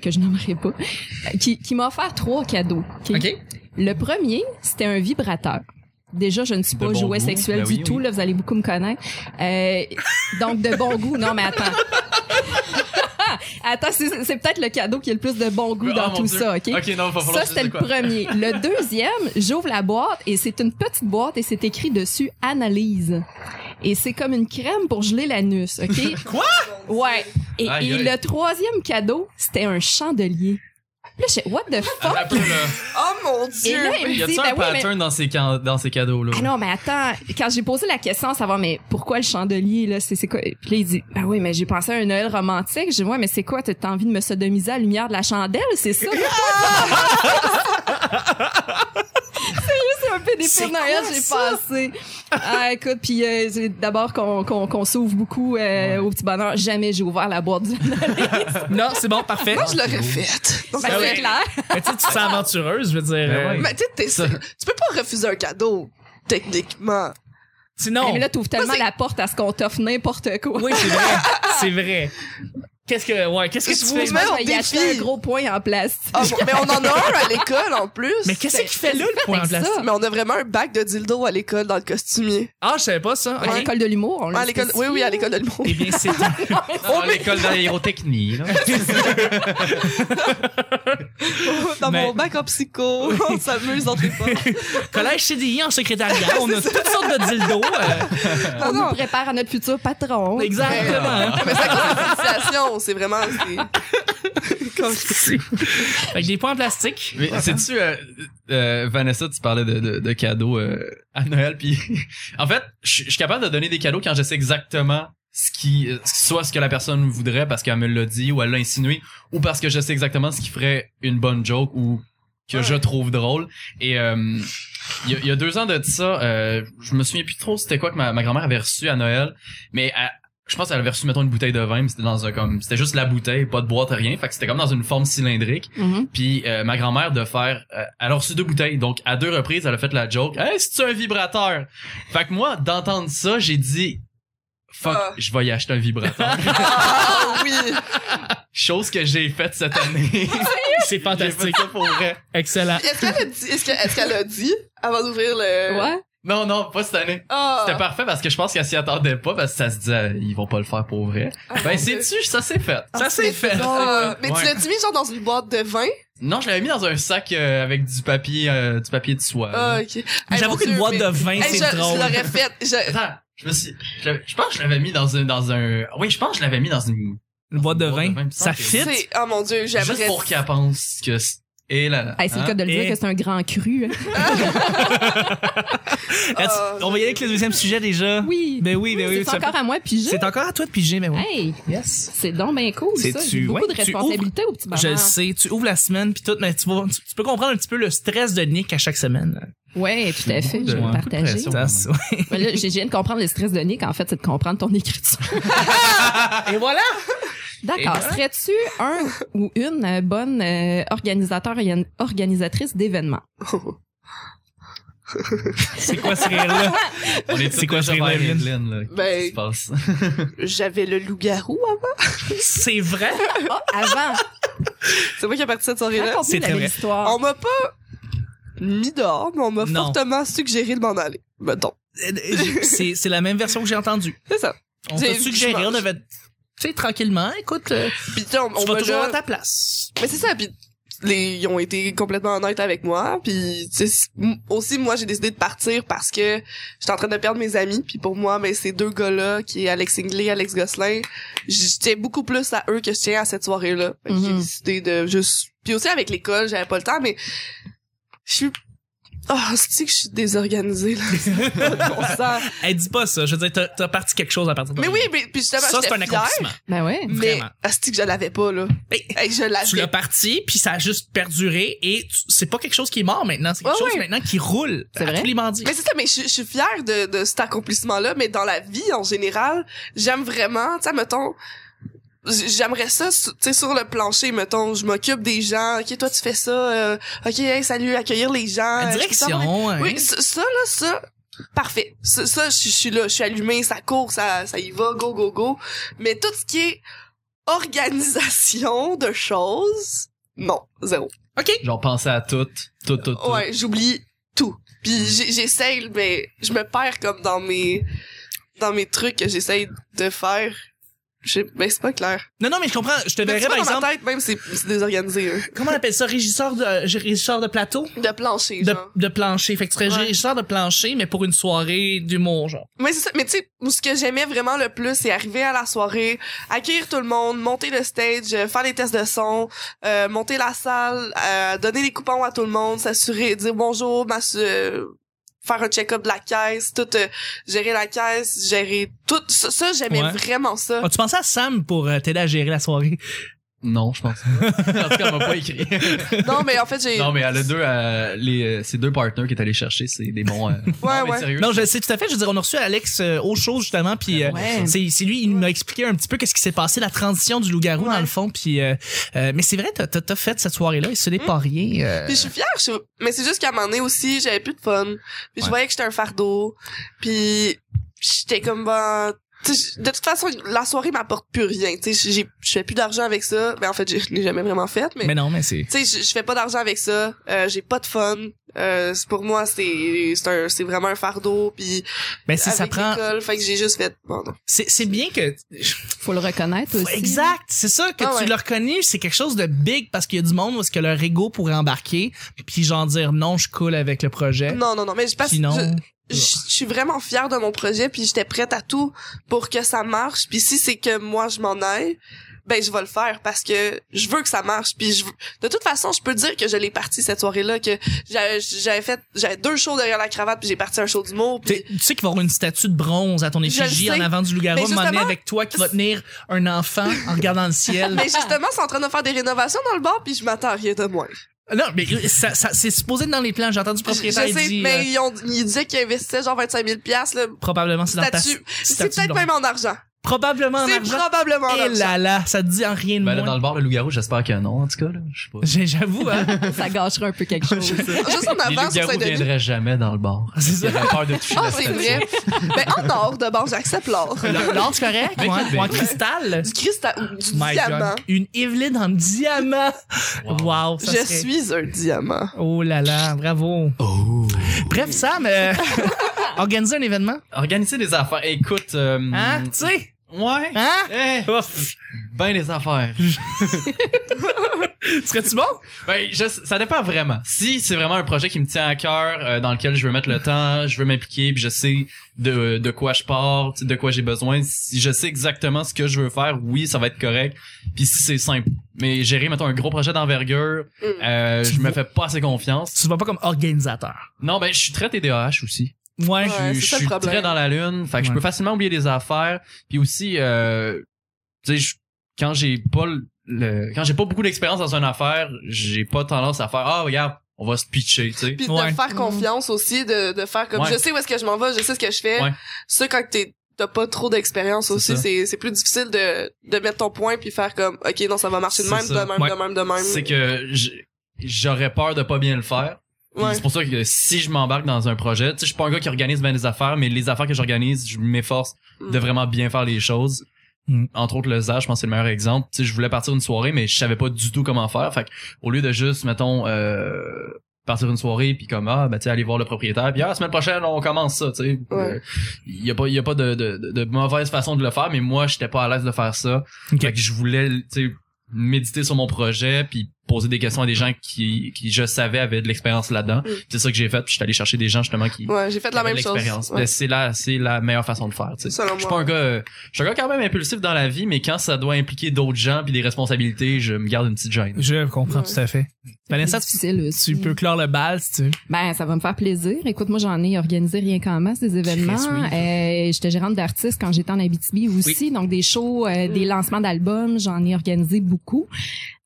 Speaker 3: que je nommerai pas, euh, qui, qui m'a offert trois cadeaux. ok? Le premier, c'était un vibrateur. Déjà, je ne suis
Speaker 4: De
Speaker 3: pas
Speaker 4: bon
Speaker 3: jouet
Speaker 4: goût.
Speaker 3: sexuel
Speaker 4: Ben
Speaker 3: du
Speaker 4: oui,
Speaker 3: tout,
Speaker 4: oui.
Speaker 3: là, vous allez beaucoup me connaître. Euh, donc, de bon goût. Non, mais attends. attends, c'est c'est peut-être le cadeau qui a le plus de bon goût
Speaker 4: Oh,
Speaker 3: dans
Speaker 4: mon
Speaker 3: tout
Speaker 4: Dieu.
Speaker 3: ça, OK?
Speaker 4: Ok, non, va falloir
Speaker 3: Ça,
Speaker 4: que je
Speaker 3: c'était
Speaker 4: dise
Speaker 3: le
Speaker 4: quoi.
Speaker 3: premier. Le deuxième, j'ouvre la boîte et c'est une petite boîte et c'est écrit dessus « Analyse ». Et c'est comme une crème pour geler l'anus, OK?
Speaker 2: Quoi?
Speaker 3: Ouais. Et, et
Speaker 4: Aïe, aïe.
Speaker 3: le troisième cadeau, c'était un chandelier. Puis Là, je What the fuck?
Speaker 4: Un peu, là.
Speaker 1: Oh mon
Speaker 3: Et
Speaker 1: dieu.
Speaker 3: là, il me
Speaker 4: Ah, Y
Speaker 3: dit,
Speaker 4: a-tu
Speaker 3: ben
Speaker 4: un
Speaker 3: oui, mais
Speaker 4: pattern dans ces, can- dans ces cadeaux-là?
Speaker 3: Ah non, mais attends, quand j'ai posé la question à savoir, mais pourquoi le chandelier, là, c'est c'est quoi? Puis là, il dit, ben oui, mais j'ai pensé à un Noël romantique. Je dis, ouais, mais c'est quoi? T'as t'as envie de me sodomiser à la lumière de la chandelle? C'est ça? Sérieux, c'est un peu des
Speaker 2: C'est
Speaker 3: pires Noël
Speaker 2: quoi
Speaker 3: j'ai
Speaker 2: ça?
Speaker 3: passé. Ah, écoute, puis euh, c'est d'abord qu'on qu'on qu'on s'ouvre beaucoup euh, au petit bonheur. Jamais j'ai ouvert la boîte du
Speaker 1: Ah
Speaker 2: Non, c'est bon, parfait.
Speaker 1: Moi, je l'aurais faite. Donc,
Speaker 3: Ben,
Speaker 2: Ah
Speaker 1: c'est
Speaker 2: ouais.
Speaker 3: c'est
Speaker 1: clair.
Speaker 3: clair.
Speaker 2: Mais tu sais, tu te sens aventureuse, je veux dire.
Speaker 4: Ben
Speaker 2: euh,
Speaker 4: oui.
Speaker 1: Mais tu sais, t'es-
Speaker 4: Ça.
Speaker 1: tu peux pas refuser un cadeau, techniquement.
Speaker 2: Sinon,
Speaker 3: Mais là, t'ouvres tellement
Speaker 1: Moi, c'est-
Speaker 3: la porte à ce qu'on t'offre n'importe quoi.
Speaker 2: oui, c'est vrai. c'est vrai. Qu'est-ce que, ouais, qu'est-ce que
Speaker 1: Qu'est-ce
Speaker 2: tu
Speaker 1: que
Speaker 2: fais?
Speaker 1: vous
Speaker 3: Moi,
Speaker 1: Mais on
Speaker 3: je vais y acheter un
Speaker 1: défie.
Speaker 3: gros point en plastique.
Speaker 1: Ah, bon, mais on en a un à l'école en plus.
Speaker 2: Mais qu'est-ce qu'il fait là, le point en
Speaker 3: avec ça?
Speaker 2: plastique?
Speaker 1: Mais on a vraiment un bac de dildo à l'école dans le costumier.
Speaker 2: Ah, je savais pas ça.
Speaker 3: À
Speaker 2: OK.
Speaker 3: l'école de l'humour, on l'a
Speaker 1: Ah, à l'école, oui,
Speaker 3: spécifié.
Speaker 1: oui, à l'école de l'humour.
Speaker 2: Eh bien, c'est
Speaker 4: Dans l'école d'aérotechnie, là.
Speaker 1: Dans
Speaker 2: Mais-
Speaker 1: mon bac en psycho, on s'amuse entre les pas.
Speaker 2: collège CDI en secrétariat. On a toutes sortes de dildos. euh,
Speaker 1: Non,
Speaker 3: On nous
Speaker 1: non.
Speaker 3: prépare à notre futur patron.
Speaker 2: Exactement.
Speaker 1: Mais c'est à cause de la civilisation, c'est vraiment. c'est- Comme-
Speaker 5: Fait que des points en plastique.
Speaker 4: Mais sais-tu, euh, euh, Vanessa, tu parlais de, de- de cadeaux euh, à Noël, puis en fait, je je suis capable de donner des cadeaux quand je sais exactement ce qui, euh, soit ce que la personne voudrait parce qu'elle me l'a dit ou elle l'a insinué, ou parce que je sais exactement ce qui ferait une bonne joke ou que je trouve drôle. Et euh, il y, a- il y a deux ans de ça, euh, je me souviens plus trop c'était quoi que ma, ma grand-mère avait reçu à Noël, mais elle- je pense qu'elle avait reçu mettons une bouteille de vin, mais c'était dans un comme c'était juste la bouteille, pas de boîte, rien, fait que c'était comme dans une forme cylindrique.
Speaker 3: Mhm.
Speaker 4: Puis euh, ma grand-mère de faire euh, elle a reçu deux bouteilles. Donc à deux reprises, elle a fait la joke. Hey, c'est un vibrateur. Fait que moi d'entendre ça, j'ai dit fuck,
Speaker 1: Ah.
Speaker 4: je vais y acheter un vibrateur.
Speaker 1: Ah oui!
Speaker 4: Chose que j'ai faite cette année.
Speaker 5: C'est
Speaker 4: j'ai fait
Speaker 5: fantastique.
Speaker 4: ça pour vrai.
Speaker 5: Excellent.
Speaker 1: Est-ce qu'elle a dit, est-ce que- est-ce qu'elle a dit avant d'ouvrir
Speaker 2: Euh,
Speaker 1: le...
Speaker 3: Ouais.
Speaker 4: Non non, pas cette année.
Speaker 1: Ah.
Speaker 4: C'était parfait parce que je pense qu'elle s'y attendait pas parce que ça se disait ils vont pas le faire pour vrai.
Speaker 1: Ah, mon
Speaker 4: Ben
Speaker 1: Dieu.
Speaker 4: sais-tu, ça s'est fait.
Speaker 2: Ça s'est fait. Euh,
Speaker 1: Ah, mais
Speaker 4: Ouais.
Speaker 1: tu l'as-tu mis genre dans une boîte de vin?
Speaker 4: Non, je l'avais mis dans un sac euh, avec du papier euh, du papier de soie.
Speaker 1: Ah,
Speaker 4: là.
Speaker 1: ok. Hey, mon
Speaker 2: J'avoue qu'une
Speaker 1: Dieu,
Speaker 2: boîte
Speaker 1: mais-
Speaker 2: de vin,
Speaker 1: Hey, je,
Speaker 2: c'est
Speaker 1: je
Speaker 2: drôle.
Speaker 1: l'aurais fait. Je-
Speaker 4: Attends, je me suis je, l'avais- je pense que je l'avais mis dans un dans un oui, je pense que je l'avais mis dans une
Speaker 2: Une boîte de vin,
Speaker 4: il me
Speaker 2: ça
Speaker 4: semble que-
Speaker 2: fit.
Speaker 1: C'est, oh mon dieu, j'aimerais.
Speaker 4: Juste pour qu'elle pense que c'est. Et là. là,
Speaker 3: Hey, c'est
Speaker 4: hein?
Speaker 3: le cas de le
Speaker 2: Et-
Speaker 3: dire que c'est un grand cru. hein.
Speaker 2: Est-ce- On va y aller avec le deuxième sujet déjà.
Speaker 3: Oui.
Speaker 2: Ben oui, ben oui.
Speaker 3: c'est
Speaker 2: ça-
Speaker 3: encore Hein? à moi puis je.
Speaker 2: C'est encore à toi de piger, mais oui.
Speaker 3: Hey,
Speaker 2: Yes.
Speaker 3: c'est donc bien cool
Speaker 2: C'est
Speaker 3: ça.
Speaker 2: tu-
Speaker 3: J'ai beaucoup
Speaker 2: ouais,
Speaker 3: de
Speaker 2: tu
Speaker 3: responsabilités au petit bonheur.
Speaker 2: Je le sais, tu ouvres la semaine puis tout, mais tu, vas, tu, tu peux comprendre un petit peu le stress de Nick à chaque semaine. Euh,
Speaker 3: Ouais, tout à fait,
Speaker 4: Beaucoup
Speaker 3: je vais
Speaker 4: de-
Speaker 3: le partager.
Speaker 4: pression.
Speaker 2: Ça,
Speaker 4: vraiment.
Speaker 2: c'est-
Speaker 3: Mais là, j'ai- je viens de comprendre le stress de Nick en fait, c'est de comprendre ton écriture.
Speaker 2: Et voilà.
Speaker 3: D'accord. Serais-tu un ou une euh, bonne euh, organisateur et une organisatrice d'événements?
Speaker 2: C'est quoi ce rire-là
Speaker 4: On est
Speaker 2: C'est quoi,
Speaker 4: déjà
Speaker 2: c'est
Speaker 4: vers
Speaker 2: Evelyn?
Speaker 4: Evelyn, là. Qu'est-ce
Speaker 1: Ben-
Speaker 4: qui se passe?
Speaker 1: J'avais le loup-garou avant.
Speaker 2: C'est vrai.
Speaker 3: Ah, avant,
Speaker 1: C'est moi qui ai parti cette soirée-là.
Speaker 3: raconte-nous
Speaker 2: C'est très
Speaker 3: la belle
Speaker 2: vrai.
Speaker 3: histoire.
Speaker 1: On m'a pas mis dehors, mais on m'a
Speaker 2: Non.
Speaker 1: fortement suggéré de m'en aller. Mettons.
Speaker 2: Euh, C'est c'est la même version que j'ai entendue.
Speaker 1: C'est ça.
Speaker 2: On
Speaker 1: J'ai-
Speaker 2: t'a suggéré, on avait, tu sais, tranquillement, écoute, euh,
Speaker 1: Puis tu sais, on, on
Speaker 2: tu vas
Speaker 1: m'a
Speaker 2: toujours
Speaker 1: là-
Speaker 2: à ta place.
Speaker 1: Mais c'est ça, puis les, ils ont été complètement honnêtes avec moi, puis tu sais, c- m- aussi moi j'ai décidé de partir parce que j'étais en train de perdre mes amis, puis pour moi ben ces deux gars-là qui est Alex Ingley, Alex Gosselin, j- je tiens beaucoup plus à eux que je tiens à cette soirée-là. Fait que J'ai
Speaker 3: Mhm.
Speaker 1: décidé de juste puis aussi avec l'école, j'avais pas le temps mais je suis ah, c'est que je suis désorganisée là. Ça a pas de bon sens.
Speaker 2: Elle dit pas ça. Je veux dire, t'as- t'as parti quelque chose à partir de
Speaker 1: mais
Speaker 2: là.
Speaker 1: oui, mais puis justement
Speaker 2: ça, c'est un
Speaker 1: j'étais fière,
Speaker 2: accomplissement.
Speaker 3: Ben ouais.
Speaker 1: mais
Speaker 2: Vraiment.
Speaker 1: c'est que je l'avais pas là.
Speaker 2: Hey,
Speaker 1: Hey, je l'avais
Speaker 2: tu l'as parti, puis ça a juste perduré, et tu- c'est pas quelque chose qui est mort maintenant, c'est quelque
Speaker 1: Ouais,
Speaker 2: chose
Speaker 1: ouais.
Speaker 2: maintenant qui roule.
Speaker 3: C'est
Speaker 2: à
Speaker 3: vrai?
Speaker 2: Tous les mardis.
Speaker 1: Mais c'est ça, mais je, je suis fière de, de cet accomplissement-là, mais dans la vie en général, j'aime vraiment, tu sais, mettons, j- j'aimerais ça, su- tu sais, sur le plancher, mettons, je m'occupe des gens, ok, toi tu fais ça, euh, ok, hey, salut, accueillir les gens.
Speaker 2: La
Speaker 1: euh, je peux t'en parler?
Speaker 2: direction. hein.
Speaker 1: Oui, ça, ça, là, ça, parfait. Ça, ça, je, suis- je suis là, je suis allumée, ça court, ça, ça y va, go, go, go. Mais tout ce qui est organisation de choses, non, zéro.
Speaker 4: Genre, penser à tout. Tout, tout, tout.
Speaker 1: Ouais, j'oublie tout. Puis j'ai- j'essaye, mais je me perds comme dans mes dans mes trucs que j'essaye de faire. Je, ben c'est pas clair.
Speaker 2: Non, non, mais je comprends. Je te
Speaker 1: Mais
Speaker 2: verrais,
Speaker 1: tu vois,
Speaker 2: par
Speaker 1: dans
Speaker 2: exemple,
Speaker 1: ma tête, même c'est c'est désorganisé. hein.
Speaker 2: comment on appelle ça, régisseur de, euh, régisseur de plateau?
Speaker 1: De plancher,
Speaker 2: De,
Speaker 1: genre.
Speaker 2: de plancher. Fait que tu serais
Speaker 1: Ouais.
Speaker 2: régisseur de plancher, mais pour une soirée d'humour, genre.
Speaker 1: Mais c'est ça. Mais tu sais, ce que j'aimais vraiment le plus, c'est arriver à la soirée, accueillir tout le monde, monter le stage, euh, faire les tests de son, euh, monter la salle, euh, donner les coupons à tout le monde, s'assurer, dire bonjour, m'assu- euh, faire un check-up de la caisse, tout euh, gérer la caisse, gérer tout ça, ça, j'aimais
Speaker 2: Ouais.
Speaker 1: vraiment ça.
Speaker 2: As-tu pensé à Sam pour euh, t'aider à gérer la soirée?
Speaker 4: Non, je pense pas. en tout cas, elle m'a pas écrit.
Speaker 1: Non mais en fait j'ai
Speaker 4: non, mais elle a deux, euh, les, euh, ces deux partenaires qui est allé chercher, c'est des bons. euh, non, mais
Speaker 1: ouais.
Speaker 4: sérieux.
Speaker 2: Non, je le sais tout à fait. Je veux dire, on a reçu Alex euh, au show, justement, puis euh,
Speaker 3: Ouais.
Speaker 2: c'est c'est lui, il m'a expliqué un petit peu qu'est-ce qui s'est passé, la transition du loup-garou, dans le fond, puis... euh, euh, mais c'est vrai, t'as- t'as t'as fait cette soirée-là, et ce n'est
Speaker 1: Mm.
Speaker 2: pas rien. euh,
Speaker 1: Puis je suis fière, je suis- mais c'est juste qu'à un moment donné aussi, j'avais plus de fun. Puis je
Speaker 4: Ouais.
Speaker 1: voyais que j'étais un fardeau. Puis j'étais comme ben tu sais, je- de toute façon, la soirée m'apporte plus rien. Tu sais, j'ai je fais plus d'argent avec ça. Ben en fait, je l'ai jamais vraiment fait, mais,
Speaker 2: mais non, mais c'est...
Speaker 1: tu sais, je- je fais pas d'argent avec ça. Euh, j'ai pas de fun. Euh, c'est- pour moi, c'est c'est un- c'est vraiment un fardeau. Puis
Speaker 2: Ben, c'est- ça
Speaker 1: avec
Speaker 2: prend...
Speaker 1: l'école, fait que j'ai juste fait. Bon, non.
Speaker 2: C'est c'est bien que...
Speaker 3: Faut le reconnaître aussi.
Speaker 2: Exact, c'est ça que
Speaker 1: Ah
Speaker 2: tu
Speaker 1: ouais.
Speaker 2: le reconnais, c'est quelque chose de big parce qu'il y a du monde où est-ce que leur ego pourrait embarquer, puis genre dire non, je coule avec le projet.
Speaker 1: non, non, non. Mais je passe.
Speaker 2: Sinon,
Speaker 1: je- je je suis vraiment fière de mon projet puis j'étais prête à tout pour que ça marche puis si c'est que moi je m'en aille ben je vais le faire parce que je veux que ça marche puis je veux- de toute façon je peux dire que je l'ai parti cette soirée là que j'a- j'avais fait j'avais deux shows derrière la cravate puis j'ai parti un show d'humour
Speaker 2: T'es-
Speaker 1: puis
Speaker 2: Tu sais qu'il va y avoir une statue de bronze à ton
Speaker 1: Je le
Speaker 2: effigie en
Speaker 1: sais.
Speaker 2: avant du loup-garou,
Speaker 1: Mais
Speaker 2: un moment donné,
Speaker 1: justement,
Speaker 2: avec toi qui va tenir un enfant en regardant le ciel.
Speaker 1: mais ben, justement c'est en train de faire des rénovations dans le bar puis je m'attends à rien de moins
Speaker 2: Non, mais ça, ça- c'est supposé être dans les plans. J'ai entendu le
Speaker 1: je, je
Speaker 2: propriétaire
Speaker 1: sais
Speaker 2: dire.
Speaker 1: mais
Speaker 2: euh,
Speaker 1: ils ont ils disaient qu'ils investissaient genre 25 000 piastres, là
Speaker 2: probablement, c'est dans ta
Speaker 1: statut
Speaker 2: statue
Speaker 1: c'est
Speaker 2: de
Speaker 1: peut-être
Speaker 2: bronze.
Speaker 1: même en argent
Speaker 2: Probablement en
Speaker 1: c'est
Speaker 2: argent.
Speaker 1: probablement en
Speaker 2: Et
Speaker 1: argent
Speaker 2: là là, ça te dit en rien de
Speaker 4: Ben là, dans
Speaker 2: moins.
Speaker 4: le bar, le loup-garou, j'espère qu'il y a un nom, en tout cas, là. Je sais pas.
Speaker 2: J'ai- J'avoue, hein.
Speaker 3: ça gâcherait un peu quelque chose.
Speaker 1: juste en
Speaker 4: Les
Speaker 1: avant sur
Speaker 4: loups-garous
Speaker 1: Saint-Denis
Speaker 4: viendraient jamais dans le bar.
Speaker 2: C'est ça.
Speaker 4: Ils auraient peur de toucher
Speaker 1: ah
Speaker 4: la
Speaker 1: c'est
Speaker 4: statue.
Speaker 1: vrai ben en or de bord j'accepte l'or
Speaker 2: L'or, c'est correct?
Speaker 4: Mec,
Speaker 2: ouais,
Speaker 4: il
Speaker 2: ou en
Speaker 4: est-
Speaker 2: cristal?
Speaker 1: du cristal ou du
Speaker 2: My God.
Speaker 1: diamant
Speaker 2: Une Evelyn en diamant.
Speaker 4: Wow.
Speaker 2: Wow, ça
Speaker 1: je
Speaker 2: serait-
Speaker 1: suis un diamant
Speaker 2: Oh là là, bravo.
Speaker 4: Oh.
Speaker 2: Bref, Sam, euh, organiser un événement.
Speaker 4: Organiser des affaires. Écoute, euh,
Speaker 2: Hein? Tu sais?
Speaker 4: ouais.
Speaker 2: Hein?
Speaker 4: Eh,
Speaker 2: Ouf.
Speaker 4: ben les affaires.
Speaker 2: Serais-tu bon?
Speaker 4: Ben, je- ça dépend vraiment. Si c'est vraiment un projet qui me tient à cœur, euh, dans lequel je veux mettre le temps, je veux m'impliquer, puis je sais de, de quoi je pars, de quoi j'ai besoin. Si je sais exactement ce que je veux faire, oui, ça va être correct. Puis si c'est simple. Mais gérer, mettons, un gros projet d'envergure,
Speaker 1: Mm.
Speaker 4: euh, je me fais pas assez confiance.
Speaker 2: Tu te vois pas comme organisateur.
Speaker 4: Non, ben, je suis très TDAH aussi.
Speaker 2: Ouais.
Speaker 1: Ouais.
Speaker 4: je,
Speaker 1: c'est
Speaker 4: je
Speaker 1: ça le
Speaker 4: suis
Speaker 1: problème.
Speaker 4: très dans la lune. Fait que je
Speaker 2: Ouais.
Speaker 4: peux facilement oublier des affaires. Puis aussi, euh, tu sais, je- quand j'ai pas le, le- quand j'ai pas beaucoup d'expérience dans une affaire, j'ai pas tendance à faire ah regarde, on va se pitcher, tu sais.
Speaker 1: puis
Speaker 2: Ouais.
Speaker 1: de faire confiance aussi de, de faire comme
Speaker 4: Ouais.
Speaker 1: je sais où est-ce que je m'en vais je sais ce que je fais
Speaker 4: Ouais.
Speaker 1: ça quand t'es t'as pas trop d'expérience
Speaker 4: C'est
Speaker 1: aussi
Speaker 4: ça.
Speaker 1: c'est c'est plus difficile de de mettre ton point puis faire comme ok non ça va marcher de
Speaker 4: C'est
Speaker 1: même de
Speaker 4: ça.
Speaker 1: même
Speaker 2: Ouais.
Speaker 1: de même de même
Speaker 4: C'est que j'- j'aurais peur de pas bien le faire. Puis
Speaker 1: Ouais.
Speaker 4: C'est pour ça que si je m'embarque dans un projet, tu sais, je suis pas un gars qui organise bien des affaires, mais les affaires que j'organise, je m'efforce
Speaker 1: Mm.
Speaker 4: de vraiment bien faire les choses.
Speaker 2: Mm.
Speaker 4: Entre autres, le ZA, je pense que c'est le meilleur exemple. Tu sais, je voulais partir une soirée, mais je savais pas du tout comment faire. Fait que, au lieu de juste, mettons, euh, partir une soirée, puis comme, ah, ben, tu sais, aller voir le propriétaire, puis, ah, semaine prochaine, on commence ça, tu sais.
Speaker 1: Ouais.
Speaker 4: Euh, Il y a pas, il y a pas de, de, de- de mauvaise façon de le faire, mais moi, j'étais pas à l'aise de faire ça.
Speaker 2: Ok.
Speaker 4: Fait que je voulais, tu sais, méditer sur mon projet, puis poser des questions à des gens qui, qui je savais avaient de l'expérience là-dedans.
Speaker 1: Mm.
Speaker 4: C'est ça que j'ai fait, puis je suis allé chercher des gens, justement, qui,
Speaker 1: ouais j'ai fait la
Speaker 4: j'avais
Speaker 1: même
Speaker 4: de l'expérience.
Speaker 1: chose
Speaker 4: Ben,
Speaker 1: ouais.
Speaker 4: C'est la, c'est la meilleure façon de faire. tu sais.
Speaker 1: Selon
Speaker 4: Je suis pas
Speaker 1: moi.
Speaker 4: un gars, euh, je suis un gars quand même impulsif dans la vie, mais quand ça doit impliquer d'autres gens puis des responsabilités, je me garde une petite gêne.
Speaker 2: Je comprends
Speaker 1: Ouais.
Speaker 2: tout à fait. Vanessa, tu,
Speaker 3: difficile aussi.
Speaker 2: tu peux clore le bal si tu veux.
Speaker 3: Ben, ça va me faire plaisir. Écoute, moi, j'en ai organisé rien qu'en masse des événements.
Speaker 2: Chris,
Speaker 3: Euh, j'étais gérante d'artistes quand j'étais en Abitibi aussi. Donc, des shows, euh, des
Speaker 1: Mm.
Speaker 3: lancements d'albums, j'en ai organisé beaucoup.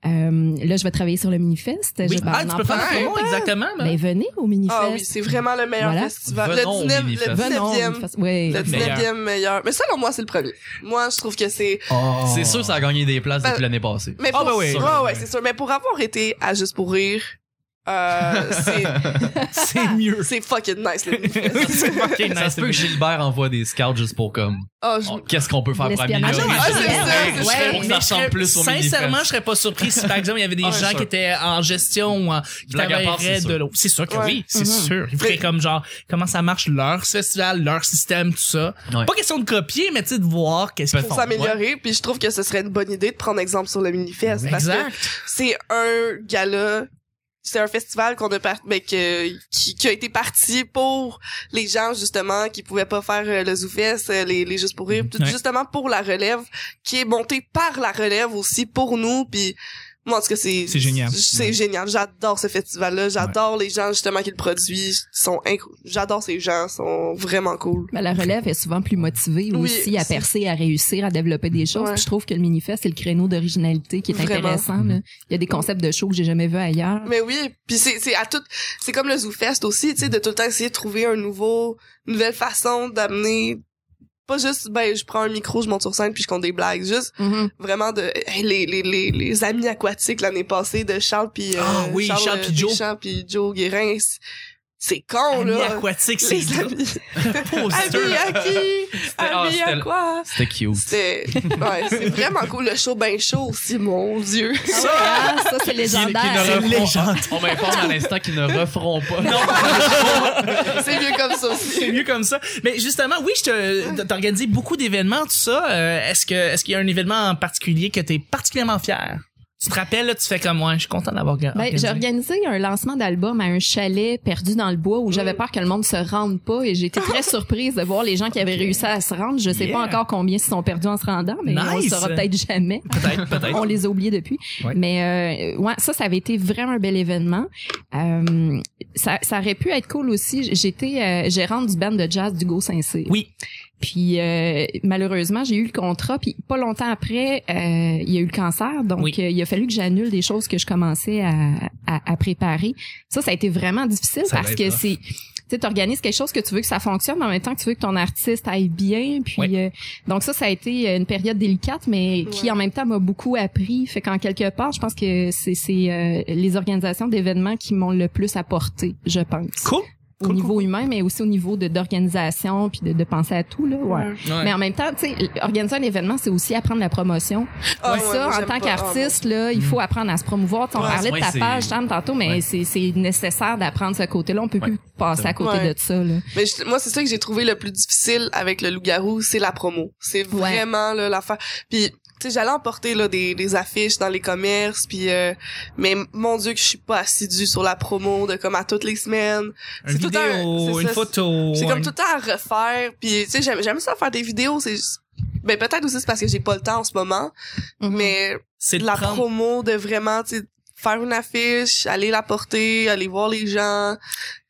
Speaker 3: Euh, là, je vais travailler sur le Minifest. Je vais
Speaker 2: Ah,
Speaker 3: en
Speaker 2: tu peux faire
Speaker 3: parler.
Speaker 2: la promo, exactement. là.
Speaker 3: Ben, venez au Minifest.
Speaker 1: ah oui c'est vraiment le meilleur
Speaker 3: Voilà.
Speaker 1: festival
Speaker 4: Venons au
Speaker 1: le 19
Speaker 4: Minifest.
Speaker 1: le
Speaker 3: Venons au
Speaker 1: 19e
Speaker 3: Minifest. Ouais.
Speaker 1: le
Speaker 4: Meilleur.
Speaker 1: 19e meilleur mais selon moi c'est le premier moi je trouve que c'est
Speaker 2: Oh.
Speaker 4: C'est sûr, ça a gagné des places
Speaker 1: Ben-
Speaker 4: depuis l'année passée.
Speaker 1: mais
Speaker 2: Ah,
Speaker 1: pour
Speaker 2: ben oui.
Speaker 1: ouais ouais c'est sûr mais pour avoir été à juste pour rire euh, c'est
Speaker 2: C'est mieux.
Speaker 1: c'est fucking nice le Minifest.
Speaker 4: ça se peut que Gilbert envoie des scouts juste pour comme,
Speaker 1: Ah, je-
Speaker 4: oh,
Speaker 2: ben,
Speaker 4: qu'est-ce qu'on peut faire pour
Speaker 3: L'espionnage.
Speaker 4: améliorer
Speaker 2: Ah,
Speaker 4: les
Speaker 1: c'est
Speaker 4: choses?
Speaker 1: ça, c'est
Speaker 4: Pour
Speaker 1: ça.
Speaker 4: que ça ressemble plus au
Speaker 2: Sincèrement, je
Speaker 4: Minifest.
Speaker 2: serais pas surpris si par exemple il y avait des
Speaker 4: Ah,
Speaker 2: gens
Speaker 4: sûr.
Speaker 2: qui étaient en gestion ou en- qui
Speaker 4: Blague à part,
Speaker 2: travailleraient
Speaker 4: c'est
Speaker 2: de
Speaker 4: sûr.
Speaker 2: l'eau. C'est sûr que
Speaker 1: Ouais. Mm-hmm.
Speaker 2: oui, c'est
Speaker 3: Mhm.
Speaker 2: sûr. Ils feraient
Speaker 1: Mais-
Speaker 2: comme genre comment ça marche leur festival, leur système, tout ça.
Speaker 4: Ouais.
Speaker 2: Pas question de copier, mais tu sais de voir qu'est-ce qu'ils
Speaker 4: Peut-être.
Speaker 1: pour
Speaker 2: font.
Speaker 1: s'améliorer puis je trouve que ce serait une bonne idée de prendre exemple sur le Minifest parce que
Speaker 2: Exact.
Speaker 1: c'est un gala c'est un festival qu'on a par- ben, que- qui, qui a été parti pour les gens justement qui pouvaient pas faire euh, le Zoufest, euh, les les juste pour rire, tout-
Speaker 2: Ouais.
Speaker 1: justement pour la relève qui est montée par la relève aussi pour nous puis moi en tout cas c'est
Speaker 2: C'est génial.
Speaker 1: C'est
Speaker 2: Ouais.
Speaker 1: génial, j'adore ce festival là, j'adore les gens justement qui le produisent, ils sont incro- j'adore ces gens, ils sont vraiment cool.
Speaker 3: Ben, la relève est souvent plus motivée
Speaker 1: Oui,
Speaker 3: aussi à
Speaker 1: c'est-
Speaker 3: percer, à réussir, à développer des choses.
Speaker 1: Ouais.
Speaker 3: Puis je trouve que le manifeste, c'est le créneau d'originalité qui est
Speaker 1: Vraiment.
Speaker 3: intéressant. là. Il y a des concepts de shows que j'ai jamais vus ailleurs.
Speaker 1: Mais oui, puis c'est c'est à tout c'est comme le ZooFest aussi, tu sais de tout le temps essayer de trouver un nouveau une nouvelle façon d'amener pas juste ben je prends un micro, je monte sur scène puis je compte des blagues, juste
Speaker 3: Mhm.
Speaker 1: vraiment de hey, les, les les les amis aquatiques l'année passée de Charles puis euh,
Speaker 2: Ah oui, Charles
Speaker 1: euh,
Speaker 2: puis Joe.
Speaker 1: Deschamps puis Joe Guérin, c'est- c'est con
Speaker 2: Amis
Speaker 1: là.
Speaker 2: aquatique, c'est
Speaker 1: Les amis. Amis
Speaker 2: poster.
Speaker 1: à qui
Speaker 4: ah,
Speaker 1: Amis à
Speaker 4: c'était-
Speaker 1: quoi
Speaker 4: C'était cute.
Speaker 1: C'était ouais, c'est vraiment cool le show ben chaud aussi mon dieu.
Speaker 3: Ah, ça, c'est légendaire.
Speaker 2: C'est légendaire.
Speaker 4: On m'informe à l'instant qu'ils ne referont pas.
Speaker 1: c'est mieux comme ça aussi.
Speaker 2: C'est mieux comme ça. Mais justement, oui, je te, t'as organisé beaucoup d'événements, tout ça. Euh, est-ce que, est-ce qu'il y a un événement en particulier que t'es particulièrement fier? Tu te rappelles, là, tu fais comme moi, je suis content d'avoir ga-
Speaker 3: Ben, j'ai
Speaker 2: organisé.
Speaker 3: organisé un lancement d'album à un chalet perdu dans le bois où j'avais peur que le monde se rende pas et j'étais très surprise de voir les gens qui avaient réussi à se rendre. Je sais
Speaker 2: Yeah.
Speaker 3: pas encore combien se sont perdus en se rendant, mais on le
Speaker 6: Nice.
Speaker 3: saura peut-être jamais.
Speaker 6: Peut-être, peut-être.
Speaker 3: On les a oubliés depuis.
Speaker 6: Ouais.
Speaker 3: Mais euh, ouais, ça, ça avait été vraiment un bel événement. Euh, ça, ça aurait pu être cool aussi. J'étais euh, gérante du band de jazz du Go Saint-Cyr.
Speaker 6: Oui.
Speaker 3: Puis euh, malheureusement, j'ai eu le contrat. Puis pas longtemps après, euh, il y a eu le cancer. Donc,
Speaker 2: Oui.
Speaker 3: euh, il a fallu que j'annule des choses que je commençais à, à, à préparer. Ça, ça a été vraiment difficile
Speaker 6: Ça
Speaker 3: parce
Speaker 6: doit être
Speaker 3: que
Speaker 6: rough.
Speaker 3: c'est... Tu sais, t'organises quelque chose que tu veux que ça fonctionne, mais en même temps que tu veux que ton artiste aille bien. Puis
Speaker 6: Oui.
Speaker 3: euh, donc ça, ça a été euh, une période délicate, mais qui en même temps m'a beaucoup appris. Fait qu'en quelque part, je pense que c'est c'est, euh, les organisations d'événements qui m'ont le plus apporté, je pense.
Speaker 6: Cool.
Speaker 3: Au
Speaker 6: Cool,
Speaker 3: niveau humain, mais aussi au niveau de d'organisation puis de, de penser à tout là. Ouais.
Speaker 2: Ouais.
Speaker 3: Mais en même temps, tu sais, organiser un événement, c'est aussi apprendre la promotion.
Speaker 1: Ah, Mm. ouais,
Speaker 3: ça,
Speaker 1: moi,
Speaker 3: en
Speaker 1: j'aime pas.
Speaker 3: tant qu'artiste, là, il faut apprendre à se promouvoir. Tu sais, on
Speaker 4: Ouais,
Speaker 3: parlait de
Speaker 4: ouais,
Speaker 3: ta
Speaker 4: c'est-
Speaker 3: page, Sam, tantôt, mais
Speaker 4: Ouais.
Speaker 3: c'est c'est nécessaire d'apprendre ce côté-là. On peut plus passer à côté
Speaker 1: Ouais.
Speaker 3: de ça, là.
Speaker 1: Mais je- moi, c'est ça que j'ai trouvé le plus difficile avec le loup-garou, c'est la promo. C'est vraiment là l'affaire. Puis, tu sais, j'allais emporter là des, des affiches dans les commerces, puis euh, mais mon dieu que je suis pas assidue sur la promo de comme à toutes les semaines.
Speaker 6: Une
Speaker 1: C'est tout
Speaker 6: vidéo,
Speaker 1: un- c'est
Speaker 6: une
Speaker 1: ça,
Speaker 6: photo.
Speaker 1: C'est
Speaker 6: un-
Speaker 1: comme tout le temps à refaire. Puis tu sais, j'aime, j'aime ça faire des vidéos. C'est ben peut-être aussi c'est parce que j'ai pas le temps en ce moment,
Speaker 3: Mhm.
Speaker 1: mais
Speaker 6: C'est
Speaker 1: de
Speaker 6: de
Speaker 1: la
Speaker 6: prendre-
Speaker 1: promo de vraiment tu sais, faire une affiche, aller la porter, aller voir les gens,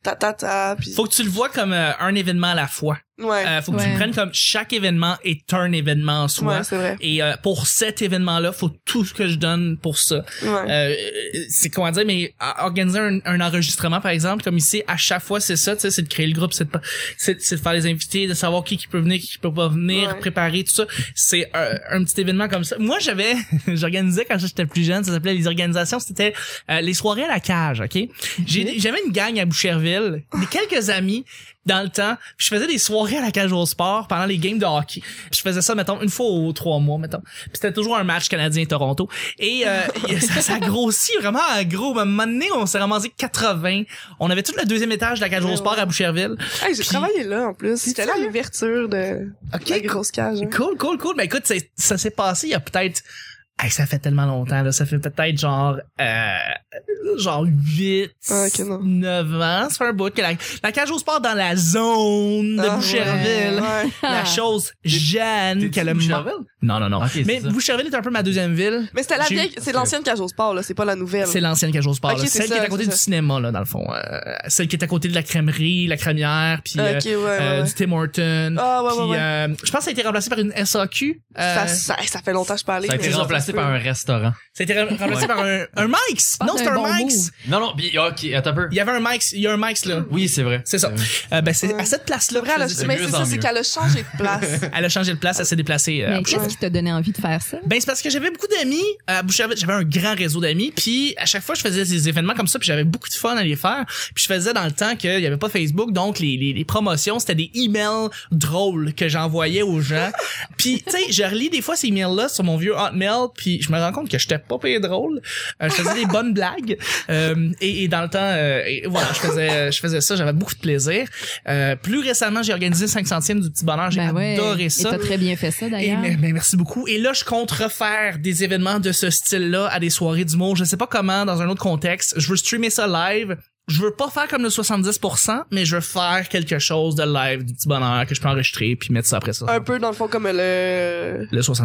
Speaker 1: ta ta ta. Puis
Speaker 2: Faut que tu le vois comme euh, un événement à la fois.
Speaker 1: ouais,
Speaker 2: Euh, faut que tu
Speaker 3: Ouais.
Speaker 2: le prennes comme chaque événement est un événement en soi.
Speaker 1: ouais, c'est vrai.
Speaker 2: Et euh, pour cet événement-là, faut tout ce que je donne pour ça.
Speaker 1: Ouais.
Speaker 2: Euh, euh, c'est comment dire, mais à- organiser un, un enregistrement, par exemple, comme ici, à chaque fois, c'est ça, tu sais, c'est de créer le groupe, c'est de, pa- c'est, c'est de faire les invités, de savoir qui, qui peut venir, qui, qui peut pas venir,
Speaker 1: Ouais.
Speaker 2: préparer tout ça. C'est un, un petit événement comme ça. Moi, j'avais, j'organisais quand j'étais plus jeune, ça s'appelait les organisations, c'était euh, les soirées à la cage, ok? J'ai, j'avais une gang à Boucherville, des quelques amis dans le temps, puis je faisais des soirées à la cage au sport pendant les games de hockey. Puis je faisais ça, mettons, une fois aux trois mois, mettons. Puis c'était toujours un match Canadien-Toronto. Et euh, ça, ça grossit vraiment à gros. À un moment donné, on s'est ramassé 80. On avait tout le deuxième étage de la cage au sport à Boucherville.
Speaker 1: Hey, j'ai
Speaker 2: Puis-
Speaker 1: travaillé là en plus. J'étais là à
Speaker 2: sérieux?
Speaker 1: l'ouverture de la grosse cage. hein.
Speaker 2: Cool, cool, cool. Mais écoute, c'est- ça s'est passé il y a peut-être... Hey, ça fait tellement longtemps, là. Ça fait peut-être genre... euh, genre 8,
Speaker 1: Ah, ok, non.
Speaker 2: 9 ans. Ça fait un bout que la, la cage au sport dans la zone de
Speaker 1: Ah, ouais.
Speaker 2: Boucherville.
Speaker 1: Ouais.
Speaker 2: La chose Jeanne
Speaker 4: Ah. t'es-tu
Speaker 2: qu'elle a...
Speaker 4: de
Speaker 2: mar-
Speaker 4: Boucherville?
Speaker 2: Non, non, non.
Speaker 4: Ok, c'est
Speaker 2: Mais
Speaker 4: ça.
Speaker 2: Boucherville est un peu ma deuxième ville.
Speaker 1: Mais c'était la
Speaker 2: J'ai-
Speaker 1: vieille, c'est l'ancienne cage au sport là, c'est pas la nouvelle.
Speaker 2: C'est l'ancienne cage au sport,
Speaker 1: Ok,
Speaker 2: là.
Speaker 1: c'est
Speaker 2: celle qui
Speaker 1: ça,
Speaker 2: est à côté
Speaker 1: c'est
Speaker 2: du
Speaker 1: ça.
Speaker 2: cinéma, là, dans le fond. Euh, celle qui est à côté de la crèmerie, la crémière, puis euh,
Speaker 1: Ok, ouais, ouais,
Speaker 2: euh,
Speaker 1: ouais.
Speaker 2: du Tim Horton.
Speaker 1: Ah, ouais, ouais,
Speaker 2: puis,
Speaker 1: ouais.
Speaker 2: euh, je pense que ça a été remplacé par une SAQ. Euh,
Speaker 1: ça, ça, hey, ça fait longtemps que je parlais.
Speaker 4: Ça a été
Speaker 1: mais-
Speaker 4: remplacé par un restaurant.
Speaker 2: ça a été re- remplacé
Speaker 4: Ouais.
Speaker 2: par un, un Mike's.
Speaker 3: Parle
Speaker 2: Non, c'était
Speaker 3: d'un
Speaker 2: un
Speaker 3: bon move.
Speaker 2: Mike's.
Speaker 4: Non, non, puis, ok, attends un peu.
Speaker 2: Il y avait un Mike's. Il y a un Mike's, là.
Speaker 4: Oui, c'est vrai.
Speaker 2: C'est ça.
Speaker 4: Euh,
Speaker 2: Euh, ben, c'est
Speaker 1: Ouais.
Speaker 2: à cette place-là.
Speaker 1: Vrai, elle a-
Speaker 2: que je
Speaker 4: c'est
Speaker 2: disais.
Speaker 1: mais
Speaker 4: mieux
Speaker 1: c'est
Speaker 4: en
Speaker 1: ça, c'est
Speaker 4: mieux.
Speaker 1: qu'elle a changé de place.
Speaker 2: Elle a changé de place, elle s'est déplacée. euh,
Speaker 3: Mais
Speaker 2: après.
Speaker 3: qu'est-ce qui t'a donné envie de faire ça?
Speaker 2: Ben c'est parce que j'avais beaucoup d'amis à Boucherville, j'avais un grand réseau d'amis, puis à chaque fois je faisais des événements comme ça, puis j'avais beaucoup de fun à les faire, puis je faisais dans le temps qu'il y avait pas Facebook, donc les, les, les promotions c'était des emails drôles que j'envoyais aux gens, puis tu sais je relis des fois ces emails là sur mon vieux Hotmail, puis je me rends compte que j'étais pas payé drôle, Euh, je faisais des bonnes blagues, Euh, et, et dans le temps euh, et voilà je faisais je faisais ça, j'avais beaucoup de plaisir. Euh, plus récemment j'ai organisé 5 centièmes du petit bonheur, j'ai
Speaker 3: Ben ouais.
Speaker 2: adoré ça.
Speaker 3: Et t'as très bien fait ça,
Speaker 2: Et,
Speaker 3: d'ailleurs.
Speaker 2: mais- mais merci beaucoup. Et là, je compte refaire des événements de ce style-là à des soirées d'humour. Je sais pas comment, dans un autre contexte. Je veux streamer ça live. Je veux pas faire comme le 70%, mais je veux faire quelque chose de live, du petit bonheur que je peux enregistrer puis mettre ça après ça.
Speaker 1: Un peu, dans le fond, comme le,
Speaker 2: Le 70%.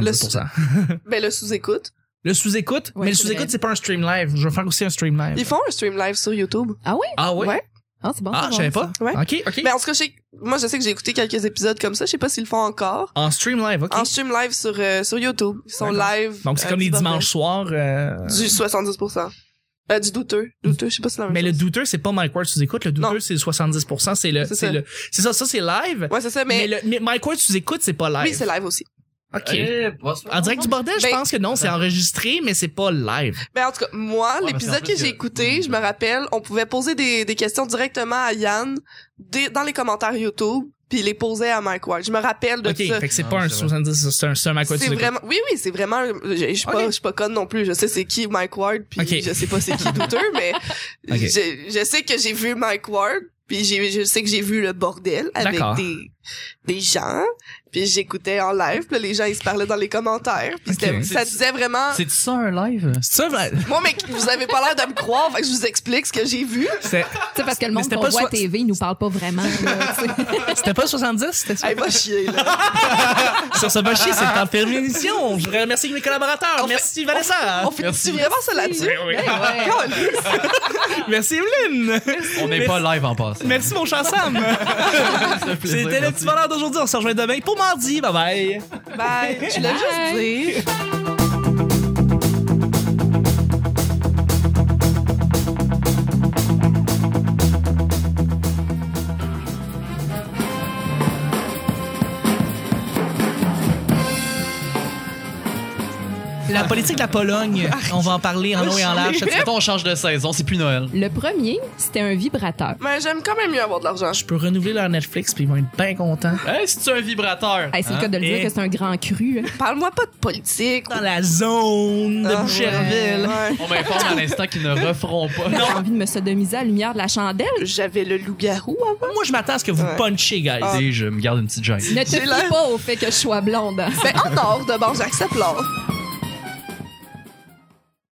Speaker 2: Le,
Speaker 1: ben, le sous-écoute.
Speaker 2: sous-écoute,
Speaker 3: Ouais,
Speaker 2: mais le
Speaker 3: c'est
Speaker 2: sous-écoute,
Speaker 3: vrai.
Speaker 2: c'est pas un stream live. Je veux faire aussi un stream live.
Speaker 1: Ils font un stream live sur YouTube.
Speaker 3: Ah oui?
Speaker 2: Ah ouais?
Speaker 1: Ouais.
Speaker 3: Ah, c'est bon.
Speaker 2: Ah,
Speaker 3: c'est bon,
Speaker 2: je savais
Speaker 3: ça.
Speaker 2: pas.
Speaker 1: Ouais. Ben,
Speaker 2: OK, OK.
Speaker 1: Mais en tout cas, je sais que- moi, je sais que j'ai écouté quelques épisodes comme ça. Je sais pas s'ils le font encore.
Speaker 2: en stream live, OK.
Speaker 1: En stream live sur, euh, sur YouTube. Ils sont
Speaker 2: D'accord.
Speaker 1: live.
Speaker 2: Donc, c'est
Speaker 1: euh,
Speaker 2: comme les
Speaker 1: du bordel.
Speaker 2: dimanches soirs. euh,
Speaker 1: Du 70%. Euh, du douteux. Douteux, je sais pas si c'est la même
Speaker 2: Mais le
Speaker 1: chose.
Speaker 2: douteur, c'est pas Mike Ward sous-écoute. Le douteur,
Speaker 1: Non.
Speaker 2: c'est le 70%. C'est le,
Speaker 1: C'est
Speaker 2: c'est
Speaker 1: ça.
Speaker 2: le, c'est ça, ça, c'est live.
Speaker 1: Ouais, c'est ça, mais,
Speaker 2: Mais, le, mais Mike Ward, tu écoutes, c'est pas live.
Speaker 1: oui, c'est live aussi.
Speaker 2: OK.
Speaker 4: euh, pas sûr.
Speaker 2: En direct du bordel, je
Speaker 1: Ben-
Speaker 2: pense que non, c'est enregistré, mais c'est pas live.
Speaker 1: Ben en tout cas, moi,
Speaker 4: Ouais, parce
Speaker 1: l'épisode
Speaker 4: qu'en plus,
Speaker 1: que j'ai
Speaker 4: il y a-
Speaker 1: écouté, je me rappelle, on pouvait poser des, des questions directement à Yann dès- dans les commentaires YouTube, puis il les posait à Mike Ward. Je me rappelle de
Speaker 2: OK,
Speaker 1: ça.
Speaker 2: fait que c'est
Speaker 4: Non,
Speaker 2: pas un
Speaker 4: c'est vrai.
Speaker 2: 70, c'est un, c'est un Mike Ward
Speaker 1: C'est
Speaker 2: sous-écoute.
Speaker 1: vraiment, oui, oui, c'est vraiment, je, je suis
Speaker 2: Ok.
Speaker 1: pas, je suis pas conne non plus. Je sais c'est qui Mike Ward, puis
Speaker 2: Ok.
Speaker 1: je sais pas c'est qui douteux, mais
Speaker 2: Ok.
Speaker 1: je, je sais que j'ai vu Mike Ward, puis j'ai, je sais que j'ai vu le bordel avec
Speaker 2: D'accord.
Speaker 1: des, des gens. Puis j'écoutais en live, puis là, les gens ils se parlaient dans les commentaires, puis c'était- ça disait
Speaker 2: Ah.
Speaker 1: vraiment
Speaker 4: C'est ça un live?
Speaker 2: C'est ça,
Speaker 1: Moi mais vous avez pas l'air de me croire, fait que je vous explique ce que j'ai vu.
Speaker 2: c'est-
Speaker 3: Tu sais, parce que le
Speaker 2: Mais
Speaker 3: monde
Speaker 2: c'était
Speaker 3: qu'on
Speaker 2: pas
Speaker 3: voit à
Speaker 2: soi-
Speaker 3: TV, il nous parle pas vraiment. là, tu sais.
Speaker 2: c'était pas 70, c'était ça.
Speaker 1: Elle va chier là.
Speaker 2: Sur ce bâchier, c'est en permission. Je voudrais remercier mes collaborateurs. Merci Vanessa.
Speaker 1: On fait
Speaker 4: Merci.
Speaker 1: vraiment ça là-dessus.
Speaker 2: Ben
Speaker 1: Ben
Speaker 3: Ouais, ouais.
Speaker 1: Colin.
Speaker 2: Merci Evelyne.
Speaker 4: On n'est pas live en passant.
Speaker 2: Merci mon chat Sam. C'était le petit bonheur d'aujourd'hui. On se rejoint demain pour mardi. Bye bye.
Speaker 1: Bye. Tu l'as
Speaker 3: Bye.
Speaker 1: Ben, juste dit.
Speaker 2: La politique de la Pologne.
Speaker 1: Ah,
Speaker 2: On va en parler en long et en large. cette semaine.
Speaker 4: Mettons, on change de saison, c'est plus Noël.
Speaker 3: Le premier, c'était un vibrateur.
Speaker 1: Mais ben, j'aime quand même mieux avoir de l'argent.
Speaker 2: Je peux renouveler leur Netflix puis ils vont être bien contents.
Speaker 4: Hey, c'est un vibrateur.
Speaker 3: Hey, c'est le
Speaker 4: Hein?
Speaker 3: cas de le
Speaker 2: Ah, Et-
Speaker 3: dire que c'est un grand cru. hein.
Speaker 1: Parle-moi pas de politique.
Speaker 2: Dans la zone de
Speaker 1: Ah,
Speaker 2: Boucherville.
Speaker 1: Ouais.
Speaker 4: On m'informe à l'instant qu'ils ne referont pas.
Speaker 3: J'ai envie de me sodomiser à la lumière de la chandelle.
Speaker 1: J'avais le loup-garou avant.
Speaker 2: Moi, je m'attends à ce que vous
Speaker 1: Ouais.
Speaker 2: punchiez, guys.
Speaker 4: Et je me garde une petite gêne.
Speaker 3: Ne te
Speaker 1: J'ai l'air-
Speaker 3: fie pas au fait que je sois blonde.
Speaker 1: Ben, en or, de bon, j'accepte l'or.